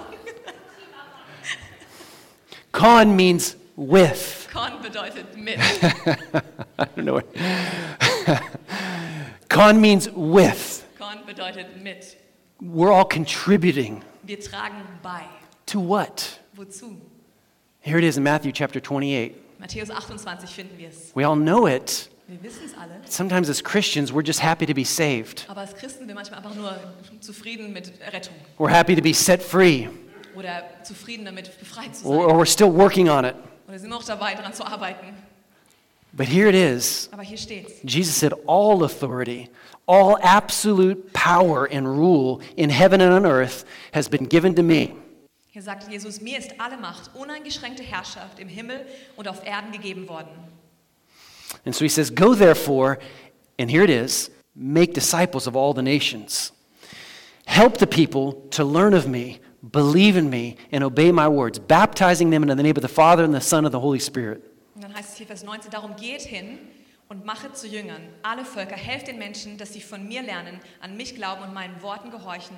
Speaker 2: Con means with. [laughs]
Speaker 1: Con bedeutet mit.
Speaker 2: I don't know. Where. [laughs] con means with.
Speaker 1: Con bedeutet mit.
Speaker 2: We're all contributing
Speaker 1: Wir tragen bei.
Speaker 2: to what?
Speaker 1: Wozu?
Speaker 2: Here it is in Matthew chapter 28.
Speaker 1: Matthäus 28 finden wir es.
Speaker 2: We all know it.
Speaker 1: Wir wissen es alle.
Speaker 2: Sometimes as Christians, we're just happy to be saved.
Speaker 1: Aber als Christen sind wir manchmal einfach nur zufrieden mit Rettung.
Speaker 2: We're happy to be set free,
Speaker 1: Oder zufrieden damit, befreit zu
Speaker 2: or,
Speaker 1: sein.
Speaker 2: or we're still working on it.
Speaker 1: Oder sind wir auch dabei, daran zu arbeiten.
Speaker 2: But here it is.
Speaker 1: Aber hier steht's.
Speaker 2: Jesus said, All authority, all absolute power and rule in heaven and on earth has been given to me.
Speaker 1: Hier sagt Jesus, mir ist alle Macht, uneingeschränkte Herrschaft im Himmel und auf Erden gegeben worden.
Speaker 2: And so he says, Go therefore, and here it is, make disciples of all the nations. Help the people to learn of me, believe in me, and obey my words, baptizing them in the name of the Father and the Son and the Holy Spirit.
Speaker 1: Und dann heißt es hier Vers 19, darum geht hin und machet zu Jüngern alle Völker, helft den Menschen, dass sie von mir lernen, an mich glauben und meinen Worten gehorchen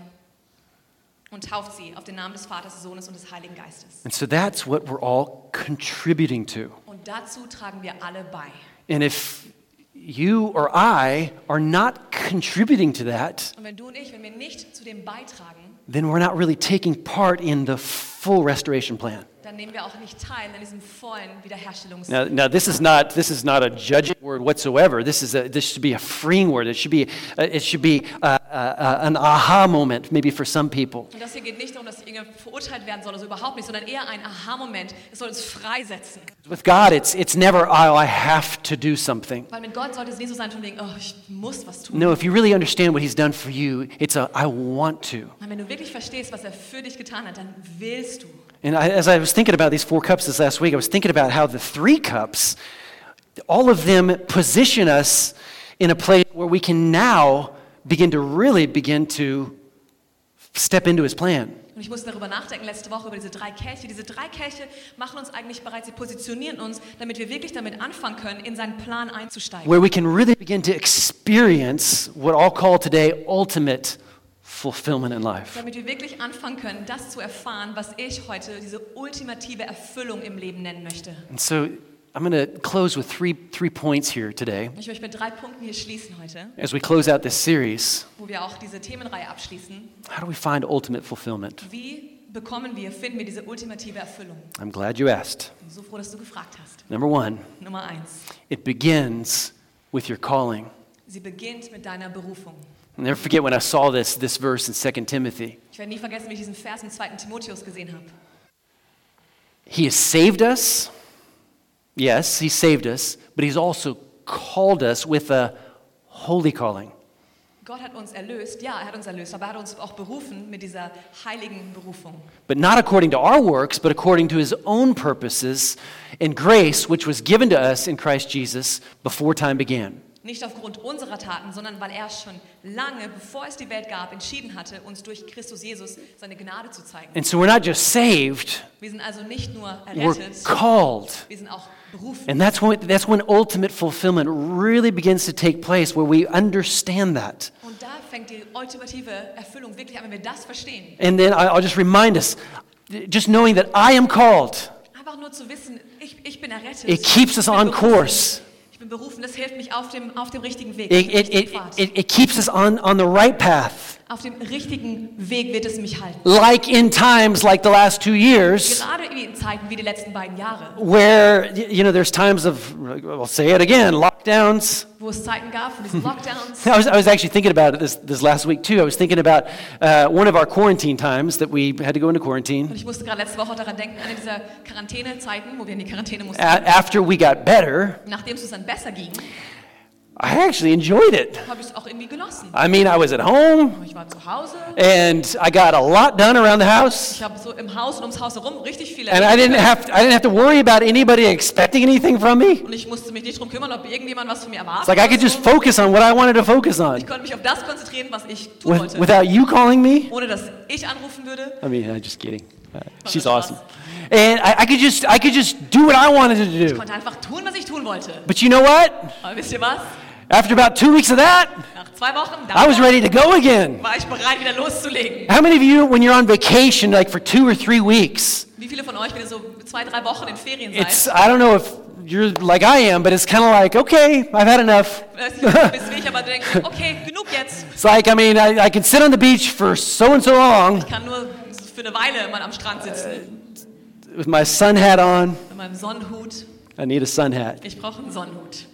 Speaker 1: und tauft sie auf den Namen des Vaters, des Sohnes und des Heiligen Geistes.
Speaker 2: And so that's what we're all contributing to.
Speaker 1: Und dazu tragen wir alle bei.
Speaker 2: And if you or I are not contributing to that,
Speaker 1: Und wenn du und ich, wenn wir nicht zu dem beitragen,
Speaker 2: then we're not really taking part in the full restoration plan.
Speaker 1: dann nehmen wir auch nicht teil an diesem vollen Wiederherstellungs...
Speaker 2: Now, now this is not this is not a judging word whatsoever. This is a, this should be a freeing word. It should be uh, it should be uh, uh, uh, an aha moment maybe for some people.
Speaker 1: Und das hier geht nicht darum, dass irgendwer verurteilt werden soll, also überhaupt nicht, sondern eher ein Aha-Moment. Es soll uns freisetzen.
Speaker 2: With God, it's it's never oh I have to do something.
Speaker 1: Weil mit Gott sollte es nicht so sein, von wegen, oh, ich muss was tun.
Speaker 2: No, if you really understand what He's done for you, it's a I want to.
Speaker 1: Und wenn du wirklich verstehst, was er für dich getan hat, dann willst du.
Speaker 2: And I, as I was thinking about these four cups this last week, I was thinking about how the three cups, all of them position us in a place where we can now begin to really begin to step into his plan.
Speaker 1: Und ich musste darüber nachdenken letzte Woche über diese drei Kelche. Diese drei Kelche machen uns eigentlich bereit, sie positionieren uns, damit wir wirklich damit anfangen können, in seinen Plan einzusteigen.
Speaker 2: Where we can really begin to experience what I'll call today ultimate fulfillment in life.
Speaker 1: Damit wir wirklich anfangen können, das zu erfahren, was ich heute diese ultimative Erfüllung im Leben nennen möchte.
Speaker 2: And so I'm going to close with three, three points here today
Speaker 1: Ich möchte mit drei Punkten hier schließen heute,
Speaker 2: as we close out this series.
Speaker 1: wo wir auch diese Themenreihe abschließen.
Speaker 2: How do we find ultimate fulfillment?
Speaker 1: Wie bekommen wir, finden wir diese ultimative Erfüllung?
Speaker 2: I'm glad you asked.
Speaker 1: Ich bin so froh, dass du gefragt hast.
Speaker 2: Number one,
Speaker 1: Nummer eins.
Speaker 2: It begins with your calling.
Speaker 1: Sie beginnt mit deiner Berufung.
Speaker 2: I'll never forget when I saw this, this verse in 2 Timothy.
Speaker 1: Ich werde nie vergessen, wie ich diesen Vers im zweiten Timotheus gesehen habe.
Speaker 2: He has saved us. Yes, he saved us, but he's also called us with a holy calling.
Speaker 1: Gott hat uns erlöst, ja, er hat uns erlöst, aber er hat uns auch berufen mit dieser heiligen Berufung.
Speaker 2: but not according to our works, but according to his own purposes and grace, which was given to us in Christ Jesus before time began.
Speaker 1: Nicht aufgrund unserer Taten, sondern weil er schon lange, bevor es die Welt gab, entschieden hatte, uns durch Christus Jesus seine Gnade zu zeigen.
Speaker 2: And so we're not just saved,
Speaker 1: Wir sind also nicht nur
Speaker 2: we're
Speaker 1: errettet,
Speaker 2: called.
Speaker 1: wir sind auch berufen.
Speaker 2: And that's when, that's when ultimate fulfillment really begins to take place, where we understand that.
Speaker 1: Und da fängt die ultimative Erfüllung wirklich an, wenn wir das verstehen.
Speaker 2: And then I- I'll just remind us just knowing that I am called,
Speaker 1: Einfach nur zu wissen, ich, ich bin errettet.
Speaker 2: it keeps
Speaker 1: Ich
Speaker 2: us
Speaker 1: bin
Speaker 2: on
Speaker 1: berufen.
Speaker 2: course.
Speaker 1: Ich bin berufen, das hilft mich auf dem, auf dem richtigen Weg.
Speaker 2: It,
Speaker 1: auf,
Speaker 2: it,
Speaker 1: dem richtigen
Speaker 2: it,
Speaker 1: Pfad.
Speaker 2: it, it keeps us on, on the right path.
Speaker 1: auf dem richtigen Weg wird es mich halten.
Speaker 2: Like in times like the last two years,
Speaker 1: Gerade in Zeiten wie die letzten beiden Jahre,
Speaker 2: where y- you know there's times of i'll say it again lockdowns [laughs]
Speaker 1: wo es Zeiten gab von diesen Lockdowns.
Speaker 2: i was, I was actually thinking about it this, this last week too i was thinking about uh, one of our quarantine times that we had to go into quarantine
Speaker 1: Und ich musste gerade letzte Woche daran denken, an diese Quarantänezeiten, wo wir in die Quarantäne
Speaker 2: a-
Speaker 1: mussten.
Speaker 2: after we got better
Speaker 1: Nachdem es uns dann besser ging,
Speaker 2: i actually enjoyed it
Speaker 1: habe ich es auch irgendwie genossen.
Speaker 2: i mean i was at home
Speaker 1: Ich war zu Hause,
Speaker 2: and i got a lot done around the house
Speaker 1: ich habe so im Haus und ums Haus herum richtig viel
Speaker 2: and i
Speaker 1: erlebt.
Speaker 2: didn't have to, i didn't have to worry about anybody expecting anything from me
Speaker 1: Und ich musste mich nicht darum kümmern, ob irgendjemand was von mir
Speaker 2: it's
Speaker 1: erwartet.
Speaker 2: like i could just focus on what i wanted to focus on
Speaker 1: Ich konnte mich auf das konzentrieren, was ich tun
Speaker 2: with,
Speaker 1: wollte,
Speaker 2: without you calling me
Speaker 1: ohne dass ich anrufen würde.
Speaker 2: I mean, I'm just kidding. Uh, she's
Speaker 1: that's
Speaker 2: awesome. And I, I could just I could just do what I wanted to
Speaker 1: Ich
Speaker 2: do.
Speaker 1: konnte einfach tun, was ich tun wollte.
Speaker 2: But you know what?
Speaker 1: Aber wisst ihr was?
Speaker 2: After about two weeks of that,
Speaker 1: Nach zwei Wochen
Speaker 2: I was
Speaker 1: dann
Speaker 2: ready to go again.
Speaker 1: war ich bereit, wieder loszulegen.
Speaker 2: How many of you, when you're on vacation, like for two or three weeks,
Speaker 1: Wie viele von euch, wenn ihr so zwei, drei Wochen in Ferien
Speaker 2: it's
Speaker 1: seid,
Speaker 2: I don't know if you're like I am, but it's kind of like okay, I've had enough.
Speaker 1: weiß nicht, ob du bist wie ich,
Speaker 2: [laughs]
Speaker 1: aber du denkst, okay, genug jetzt.
Speaker 2: It's like I mean, I, I can sit on the beach for so and so long
Speaker 1: Ich kann nur für eine Weile mal am Strand sitzen.
Speaker 2: with my sun hat on.
Speaker 1: Mit meinem Sonnenhut.
Speaker 2: I need a sun hat.
Speaker 1: Ich brauche einen Sonnenhut.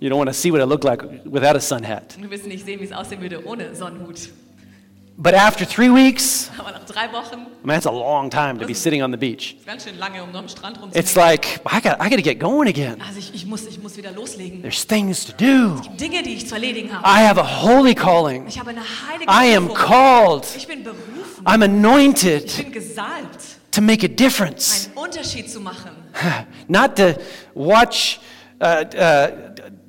Speaker 2: You don't want to see what I look like without a sun hat.
Speaker 1: Und wir wissen nicht sehen, wie es aussehen würde ohne Sonnenhut.
Speaker 2: But after three weeks,
Speaker 1: Aber nach drei Wochen,
Speaker 2: I mean, that's a long time to be sitting on the beach.
Speaker 1: ist ganz schön lange, um noch am Strand rumzuhängen.
Speaker 2: It's like, I got, I got to get going again.
Speaker 1: Also ich, ich, muss, ich muss wieder loslegen.
Speaker 2: There's things to do.
Speaker 1: Dinge, die ich zu erledigen habe.
Speaker 2: I have a holy calling.
Speaker 1: Ich habe eine heilige
Speaker 2: I am
Speaker 1: Berufung.
Speaker 2: called.
Speaker 1: Ich bin berufen.
Speaker 2: I'm anointed
Speaker 1: Ich bin gesalbt,
Speaker 2: to make a difference,
Speaker 1: einen Unterschied zu machen.
Speaker 2: not to watch uh, uh,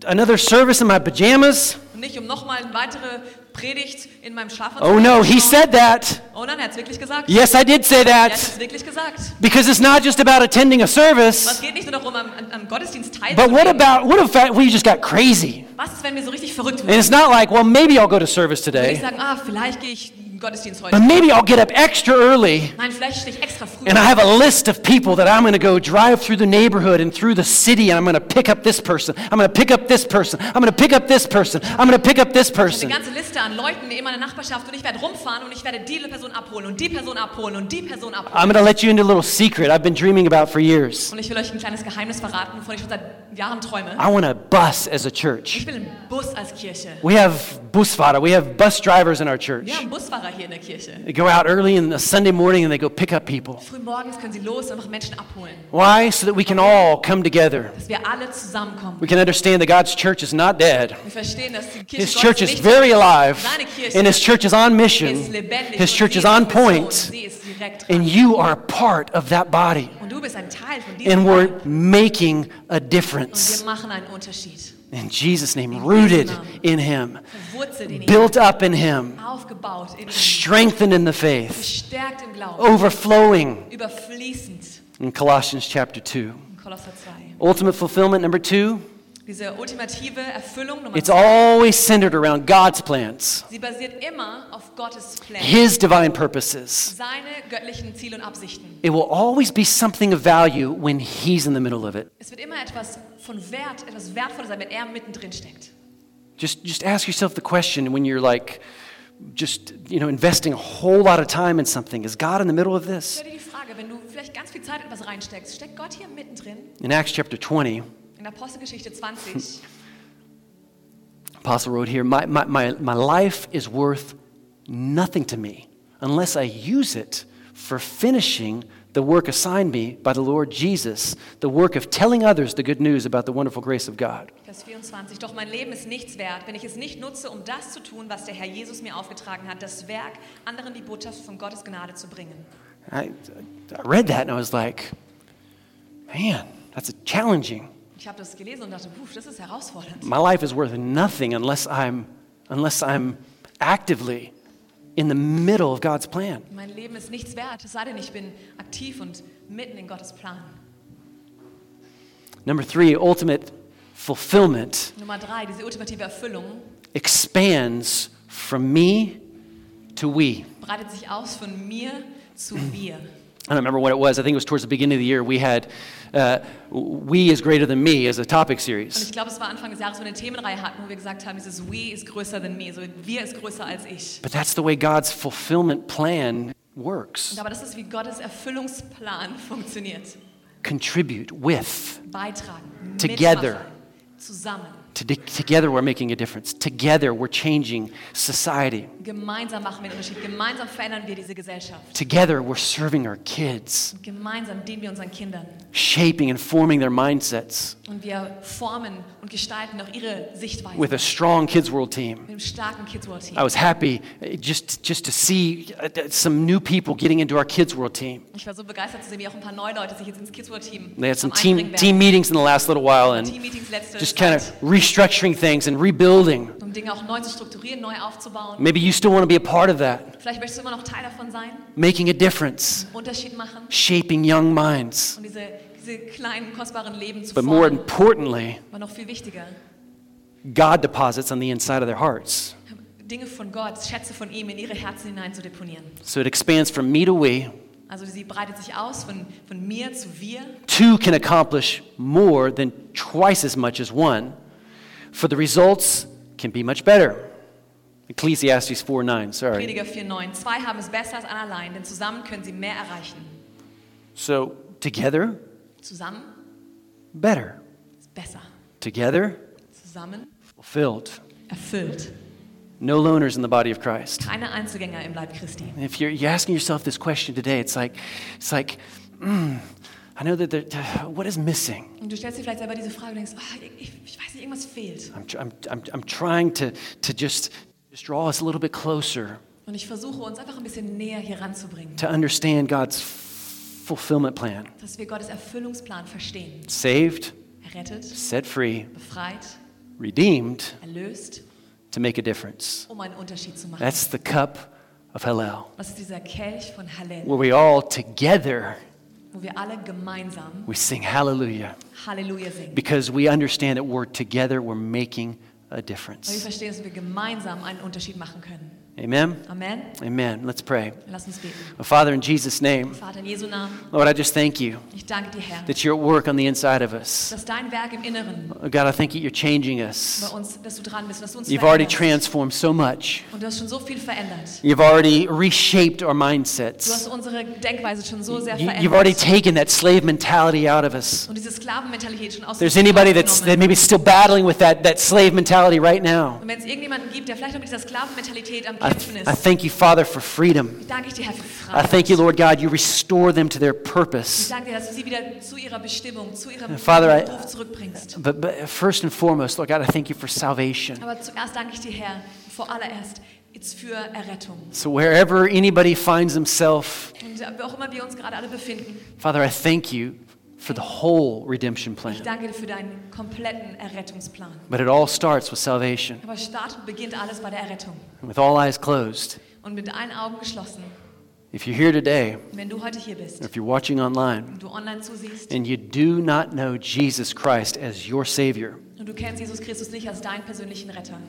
Speaker 2: another service in my pajamas.
Speaker 1: Und nicht um nochmal eine weitere Predigt in meinem Schlafanzug
Speaker 2: Oh no, he
Speaker 1: anzuschauen.
Speaker 2: said that.
Speaker 1: Oh nein, er hat es wirklich gesagt.
Speaker 2: Yes, I did say
Speaker 1: Er hat
Speaker 2: that
Speaker 1: es wirklich gesagt.
Speaker 2: because it's not just about attending a
Speaker 1: Was
Speaker 2: service,
Speaker 1: geht nicht nur darum, am, am- am Gottesdienst
Speaker 2: but what
Speaker 1: teilzunehmen.
Speaker 2: about what if I- we just got crazy?
Speaker 1: Was ist, wenn wir so richtig verrückt
Speaker 2: And
Speaker 1: werden?
Speaker 2: it's not like, well, maybe I'll go to service
Speaker 1: Würde ich
Speaker 2: today,
Speaker 1: sagen, ah, vielleicht gehe ich in den Gottesdienst
Speaker 2: but
Speaker 1: heute.
Speaker 2: maybe I'll get up extra early
Speaker 1: Nein, vielleicht stehe ich extra früh.
Speaker 2: And I have a list of people that I'm going to go drive through the neighborhood and through the city, and I'm going to pick up this person. I'm going to pick up this person. I'm going to pick up this person. I'm going to pick up this
Speaker 1: Eine
Speaker 2: person.
Speaker 1: ganze Liste an Leuten in meiner Nachbarschaft und ich werde rumfahren und ich werde die Person abholen und die Person abholen und die Person abholen.
Speaker 2: I'm going to let you into a little secret I've been dreaming about for years.
Speaker 1: Und ich will euch ein kleines Geheimnis verraten, wovon ich schon seit Jahren träume.
Speaker 2: I want a bus as a
Speaker 1: Ich
Speaker 2: church.
Speaker 1: will einen Bus als Kirche.
Speaker 2: We have busfahrer. We have bus drivers in our church.
Speaker 1: Wir haben Busfahrer hier in der Kirche.
Speaker 2: They go out early in the Sunday morning and they go pick up people.
Speaker 1: Frühmorgens können sie los und einfach Menschen abholen.
Speaker 2: Why? So that we can all come together.
Speaker 1: Dass wir alle zusammenkommen.
Speaker 2: We can understand that God's church is not dead.
Speaker 1: Wir verstehen, dass die Kirche
Speaker 2: His
Speaker 1: Gottes
Speaker 2: church is
Speaker 1: nicht
Speaker 2: very alive,
Speaker 1: Seine Kirche
Speaker 2: and His church is on
Speaker 1: ist
Speaker 2: mission.
Speaker 1: lebendig.
Speaker 2: His
Speaker 1: und
Speaker 2: church
Speaker 1: sie
Speaker 2: is on
Speaker 1: auf Mission.
Speaker 2: point.
Speaker 1: Sie ist direkt dran.
Speaker 2: And you are a part of that body.
Speaker 1: Und du bist ein Teil von diesem
Speaker 2: And
Speaker 1: Leib.
Speaker 2: we're making a
Speaker 1: Und wir
Speaker 2: difference.
Speaker 1: machen einen Unterschied.
Speaker 2: In Jesus' name, rooted in Him,
Speaker 1: Wurzel in ihm,
Speaker 2: built up in Him,
Speaker 1: aufgebaut in ihm,
Speaker 2: strengthened in the faith,
Speaker 1: gestärkt im Glauben,
Speaker 2: overflowing
Speaker 1: überfließend
Speaker 2: in Colossians chapter 2.
Speaker 1: in Kolosser 2.
Speaker 2: Ultimate fulfillment number two,
Speaker 1: Diese ultimative Erfüllung, Nummer
Speaker 2: it's
Speaker 1: zwei,
Speaker 2: always centered around God's plans,
Speaker 1: sie basiert immer auf Gottes Plan,
Speaker 2: His divine purposes.
Speaker 1: seine göttlichen Ziele und Absichten.
Speaker 2: It will always be something of value when He's in the middle of it.
Speaker 1: Es wird immer etwas von Wert, etwas Wertvolles sein, wenn er mittendrin steckt.
Speaker 2: Just, just ask yourself the question when you're like, just, you know, investing a whole lot of time in something. Is God in the middle of this?
Speaker 1: Stell dir die Frage, wenn du vielleicht ganz viel Zeit in etwas reinsteckst, steckt Gott hier mittendrin?
Speaker 2: In Acts chapter 20,
Speaker 1: In Apostelgeschichte 20
Speaker 2: Apostle wrote here, my, my, my, my life is worth nothing to me unless I use it for finishing the work assigned me by the Lord Jesus, the work of telling others the good news about the wonderful grace of God.
Speaker 1: Vers 24. Doch mein Leben ist nichts wert, wenn ich es nicht nutze, um das zu tun, was der Herr Jesus mir aufgetragen hat, das Werk, anderen die Botschaft von Gottes Gnade zu bringen.
Speaker 2: I, I read that and I was like, man, that's challenging.
Speaker 1: Ich habe das gelesen und dachte, puh, das ist herausfordernd.
Speaker 2: My life is worth nothing unless I'm, unless I'm actively in the middle of God's plan.
Speaker 1: Mein Leben ist nichts wert, es sei denn, ich bin aktiv und mitten in Gottes Plan.
Speaker 2: Number three, ultimate fulfillment
Speaker 1: Nummer drei, diese ultimative Erfüllung
Speaker 2: expands from me to we.
Speaker 1: breitet sich aus von mir zu wir.
Speaker 2: I don't remember what it was. I think it was towards the beginning of the year. We had uh, We is Greater Than Me as a topic
Speaker 1: Und
Speaker 2: series.
Speaker 1: ich glaube, es war Anfang des Jahres, wo wir eine Themenreihe hatten, wo wir gesagt haben, dieses We ist größer than me, so wir ist größer als ich.
Speaker 2: But that's the way God's fulfillment plan works
Speaker 1: Und aber das ist, wie Gottes Erfüllungsplan [laughs] funktioniert.
Speaker 2: contribute with.
Speaker 1: Beitragen,
Speaker 2: Together.
Speaker 1: mitmachen, zusammen,
Speaker 2: To- Together, we're making a difference. Together, we're changing society.
Speaker 1: gemeinsam machen wir den Unterschied, gemeinsam verändern wir diese Gesellschaft,
Speaker 2: Together, we're serving our kids,
Speaker 1: gemeinsam dienen wir unseren Kindern
Speaker 2: shaping and forming their mindsets
Speaker 1: und wir formen und gestalten auch ihre Sichtweise
Speaker 2: with a Oh. strong Kids World team.
Speaker 1: mit einem starken Kids World Team.
Speaker 2: I was happy uh, just, just to see uh, uh, some new people getting into our Kids World team.
Speaker 1: Ich war so begeistert zu sehen, wie auch ein paar neue Leute sich jetzt ins Kids World Team
Speaker 2: They had some
Speaker 1: am
Speaker 2: team,
Speaker 1: Einbringen werden.
Speaker 2: team meetings in the last little while and
Speaker 1: Team-Meetings letzte
Speaker 2: just kind
Speaker 1: Zeit,
Speaker 2: of restructuring things and rebuilding.
Speaker 1: um Dinge auch neu zu strukturieren, neu aufzubauen.
Speaker 2: Maybe you still want to be a part of that,
Speaker 1: Vielleicht möchtest du immer noch Teil davon sein,
Speaker 2: making a difference,
Speaker 1: Unterschied machen
Speaker 2: shaping young minds.
Speaker 1: und diese, diese kleinen, kostbaren Leben zu
Speaker 2: But more
Speaker 1: formen.
Speaker 2: importantly,
Speaker 1: Aber noch viel wichtiger,
Speaker 2: God deposits on the inside of their hearts.
Speaker 1: Dinge von Gott, Schätze von ihm in ihre Herzen hinein zu deponieren.
Speaker 2: So it expands from me to we.
Speaker 1: Also sie breitet sich aus von, von mir zu wir.
Speaker 2: Two can accomplish more than twice as much as one, for the results can be much better. Ecclesiastes 4 9, sorry.
Speaker 1: Prediger 4,9. Zwei haben es besser als ein allein, denn zusammen können sie mehr erreichen.
Speaker 2: So together,
Speaker 1: Zusammen
Speaker 2: better.
Speaker 1: ist besser.
Speaker 2: Together,
Speaker 1: Zusammen
Speaker 2: fulfilled.
Speaker 1: erfüllt.
Speaker 2: No loners in the body of Christ.
Speaker 1: Keine Einzelgänger im Leib Christi.
Speaker 2: And if you're, you're asking yourself this question today, it's like, it's like, mm, I know that there, what is missing?
Speaker 1: Und du stellst dir vielleicht selber diese Frage und denkst, ah, ich, ich weiß nicht, irgendwas fehlt.
Speaker 2: I'm, tr- I'm, I'm, I'm trying to, to just, just draw us a little bit closer
Speaker 1: Und ich versuche, uns einfach ein bisschen näher hier ranzubringen,
Speaker 2: to understand God's f- fulfillment plan.
Speaker 1: dass wir Gottes Erfüllungsplan verstehen.
Speaker 2: Saved,
Speaker 1: Errettet,
Speaker 2: set free,
Speaker 1: befreit,
Speaker 2: redeemed
Speaker 1: erlöst,
Speaker 2: to make a difference.
Speaker 1: um einen Unterschied zu machen.
Speaker 2: That's the cup of Hallel,
Speaker 1: Das ist dieser Kelch von Hallel,
Speaker 2: where we all together
Speaker 1: wo wir alle gemeinsam
Speaker 2: we sing hallelujah
Speaker 1: Halleluja singen.
Speaker 2: because we understand that we're together, we're making a
Speaker 1: Weil wir
Speaker 2: difference.
Speaker 1: verstehen, dass wir gemeinsam einen Unterschied machen können.
Speaker 2: Amen.
Speaker 1: Amen.
Speaker 2: Amen. Let's pray.
Speaker 1: Lass uns beten.
Speaker 2: Well, Father, in Jesus' name,
Speaker 1: Vater, in Jesu Namen,
Speaker 2: Lord, I just thank you
Speaker 1: ich danke dir, Herr,
Speaker 2: that you're at work on the inside of us.
Speaker 1: dass dein Werk im Inneren
Speaker 2: Oh, God, I thank you you're changing
Speaker 1: bei
Speaker 2: us.
Speaker 1: uns, dass du dran bist, dass du uns
Speaker 2: You've already
Speaker 1: veränderst.
Speaker 2: transformed so much.
Speaker 1: Und du hast schon so viel verändert.
Speaker 2: You've already reshaped our
Speaker 1: Du hast
Speaker 2: mindsets.
Speaker 1: unsere Denkweise schon so sehr
Speaker 2: You, have already
Speaker 1: verändert.
Speaker 2: taken that slave mentality out of us.
Speaker 1: Und diese Sklavenmentalität schon aus
Speaker 2: If there's
Speaker 1: uns
Speaker 2: anybody that's that
Speaker 1: rausgenommen.
Speaker 2: maybe still battling with that, that slave mentality right now,
Speaker 1: Und wenn es irgendjemanden gibt, der vielleicht noch mit dieser Sklavenmentalität am
Speaker 2: I,
Speaker 1: Kämpfen
Speaker 2: I
Speaker 1: ist,
Speaker 2: thank you, Father, for freedom.
Speaker 1: ich danke ich dir, Herr, für
Speaker 2: I
Speaker 1: Freiheit.
Speaker 2: thank you, Lord God, you restore them to their
Speaker 1: Ich
Speaker 2: purpose.
Speaker 1: danke dir, dass du sie wieder zu ihrer Bestimmung, zu ihrem
Speaker 2: Father, I-
Speaker 1: Beruf zurückbringst.
Speaker 2: But, but first and foremost, Lord God, I thank you for salvation.
Speaker 1: Aber zuerst danke ich dir, Herr, vor allererst jetzt für Errettung.
Speaker 2: So wherever anybody finds himself,
Speaker 1: Und äh, wo auch immer wir uns gerade alle befinden,
Speaker 2: Father, I thank you for the whole redemption
Speaker 1: ich
Speaker 2: plan.
Speaker 1: danke dir für deinen kompletten Errettungsplan.
Speaker 2: But it all starts with salvation.
Speaker 1: Aber startet und beginnt alles bei der Errettung.
Speaker 2: And with all eyes closed,
Speaker 1: Und mit allen Augen geschlossen,
Speaker 2: if you're here today,
Speaker 1: wenn du heute hier bist
Speaker 2: or if you're watching online,
Speaker 1: und du online zusiehst
Speaker 2: and you do not know Jesus Christ as your Savior,
Speaker 1: und du kennst Jesus Christus nicht als deinen persönlichen Retter,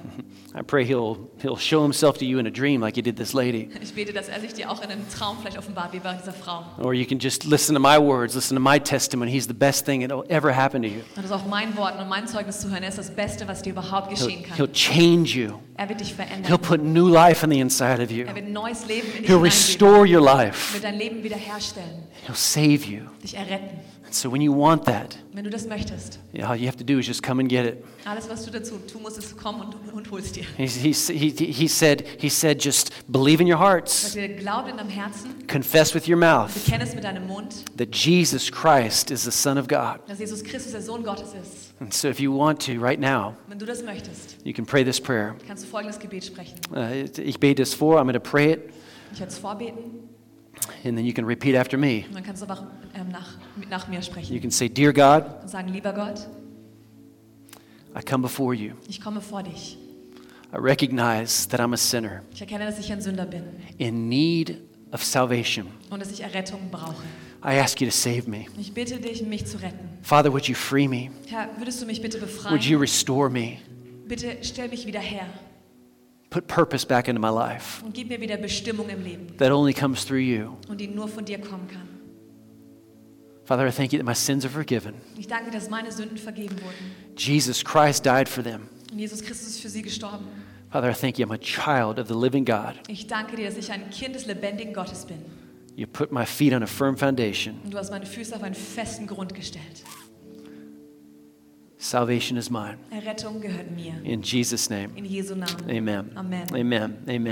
Speaker 2: I pray He'll, he'll show Himself to you in a dream like He did this lady.
Speaker 1: ich bete, dass er sich dir auch in einem Traum vielleicht offenbart, wie bei dieser Frau.
Speaker 2: Or you can just listen to my words, listen to my testimony. He's the best thing that'll ever happen to you.
Speaker 1: Und das auch meinen Worten und meinem Zeugnis zu hören, er ist das Beste, was dir überhaupt
Speaker 2: He'll,
Speaker 1: geschehen
Speaker 2: he'll
Speaker 1: kann.
Speaker 2: change you,
Speaker 1: Er wird dich
Speaker 2: He'll
Speaker 1: verändern.
Speaker 2: put new life on the inside of you,
Speaker 1: Er wird neues Leben in dich
Speaker 2: He'll
Speaker 1: hineingeben.
Speaker 2: restore your
Speaker 1: Er
Speaker 2: life,
Speaker 1: wird dein Leben wiederherstellen,
Speaker 2: He'll save you.
Speaker 1: dich erretten.
Speaker 2: So when you want that,
Speaker 1: Wenn du das möchtest,
Speaker 2: all you have to do is just come and get it.
Speaker 1: alles, was du dazu tun musst, ist kommen und, und holst dir.
Speaker 2: He, he, he, he, said, he said, just believe in your
Speaker 1: Sag
Speaker 2: hearts,
Speaker 1: dir, glaub in deinem Herzen,
Speaker 2: confess with your mouth
Speaker 1: bekenne es mit deinem Mund,
Speaker 2: that Jesus Christ is the Son of God.
Speaker 1: dass Jesus Christus der Sohn Gottes ist.
Speaker 2: And so if you want to, right now,
Speaker 1: Wenn du das möchtest,
Speaker 2: you can pray this prayer.
Speaker 1: kannst du folgendes Gebet sprechen.
Speaker 2: Uh, ich bete es vor, I'm going to pray it,
Speaker 1: Ich werde es vorbeten
Speaker 2: and then you can repeat after me.
Speaker 1: und dann kannst du einfach ähm, nach, mit- nach mir
Speaker 2: You
Speaker 1: sprechen
Speaker 2: can say, Dear God,
Speaker 1: und sagen, lieber Gott,
Speaker 2: I come before you.
Speaker 1: ich komme vor dich.
Speaker 2: I recognize that I'm a sinner
Speaker 1: Ich erkenne, dass ich ein Sünder bin
Speaker 2: in need of salvation.
Speaker 1: und dass ich Errettung brauche.
Speaker 2: I ask you to save me.
Speaker 1: Ich bitte dich, mich zu retten.
Speaker 2: Father, would you free me?
Speaker 1: Herr, würdest du mich bitte
Speaker 2: Would
Speaker 1: befreien?
Speaker 2: you restore me?
Speaker 1: Bitte stell mich wieder her
Speaker 2: Put purpose back into my life
Speaker 1: und gib mir wieder Bestimmung im Leben
Speaker 2: that only comes through you.
Speaker 1: und die nur von dir kommen kann.
Speaker 2: Father, I thank you that my sins are forgiven.
Speaker 1: Ich danke dir, dass meine Sünden vergeben wurden
Speaker 2: Jesus Christ died for them.
Speaker 1: und Jesus Christus ist für sie gestorben.
Speaker 2: Father, I thank you I'm a child of the living God.
Speaker 1: Ich danke dir, dass ich ein Kind des lebendigen Gottes bin.
Speaker 2: You put my feet on a firm foundation.
Speaker 1: Und du hast meine Füße auf einen festen Grund gestellt.
Speaker 2: Salvation is mine.
Speaker 1: Errettung gehört mir.
Speaker 2: In Jesus' name,
Speaker 1: In Jesu Namen.
Speaker 2: amen.
Speaker 1: Amen.
Speaker 2: Amen. Amen.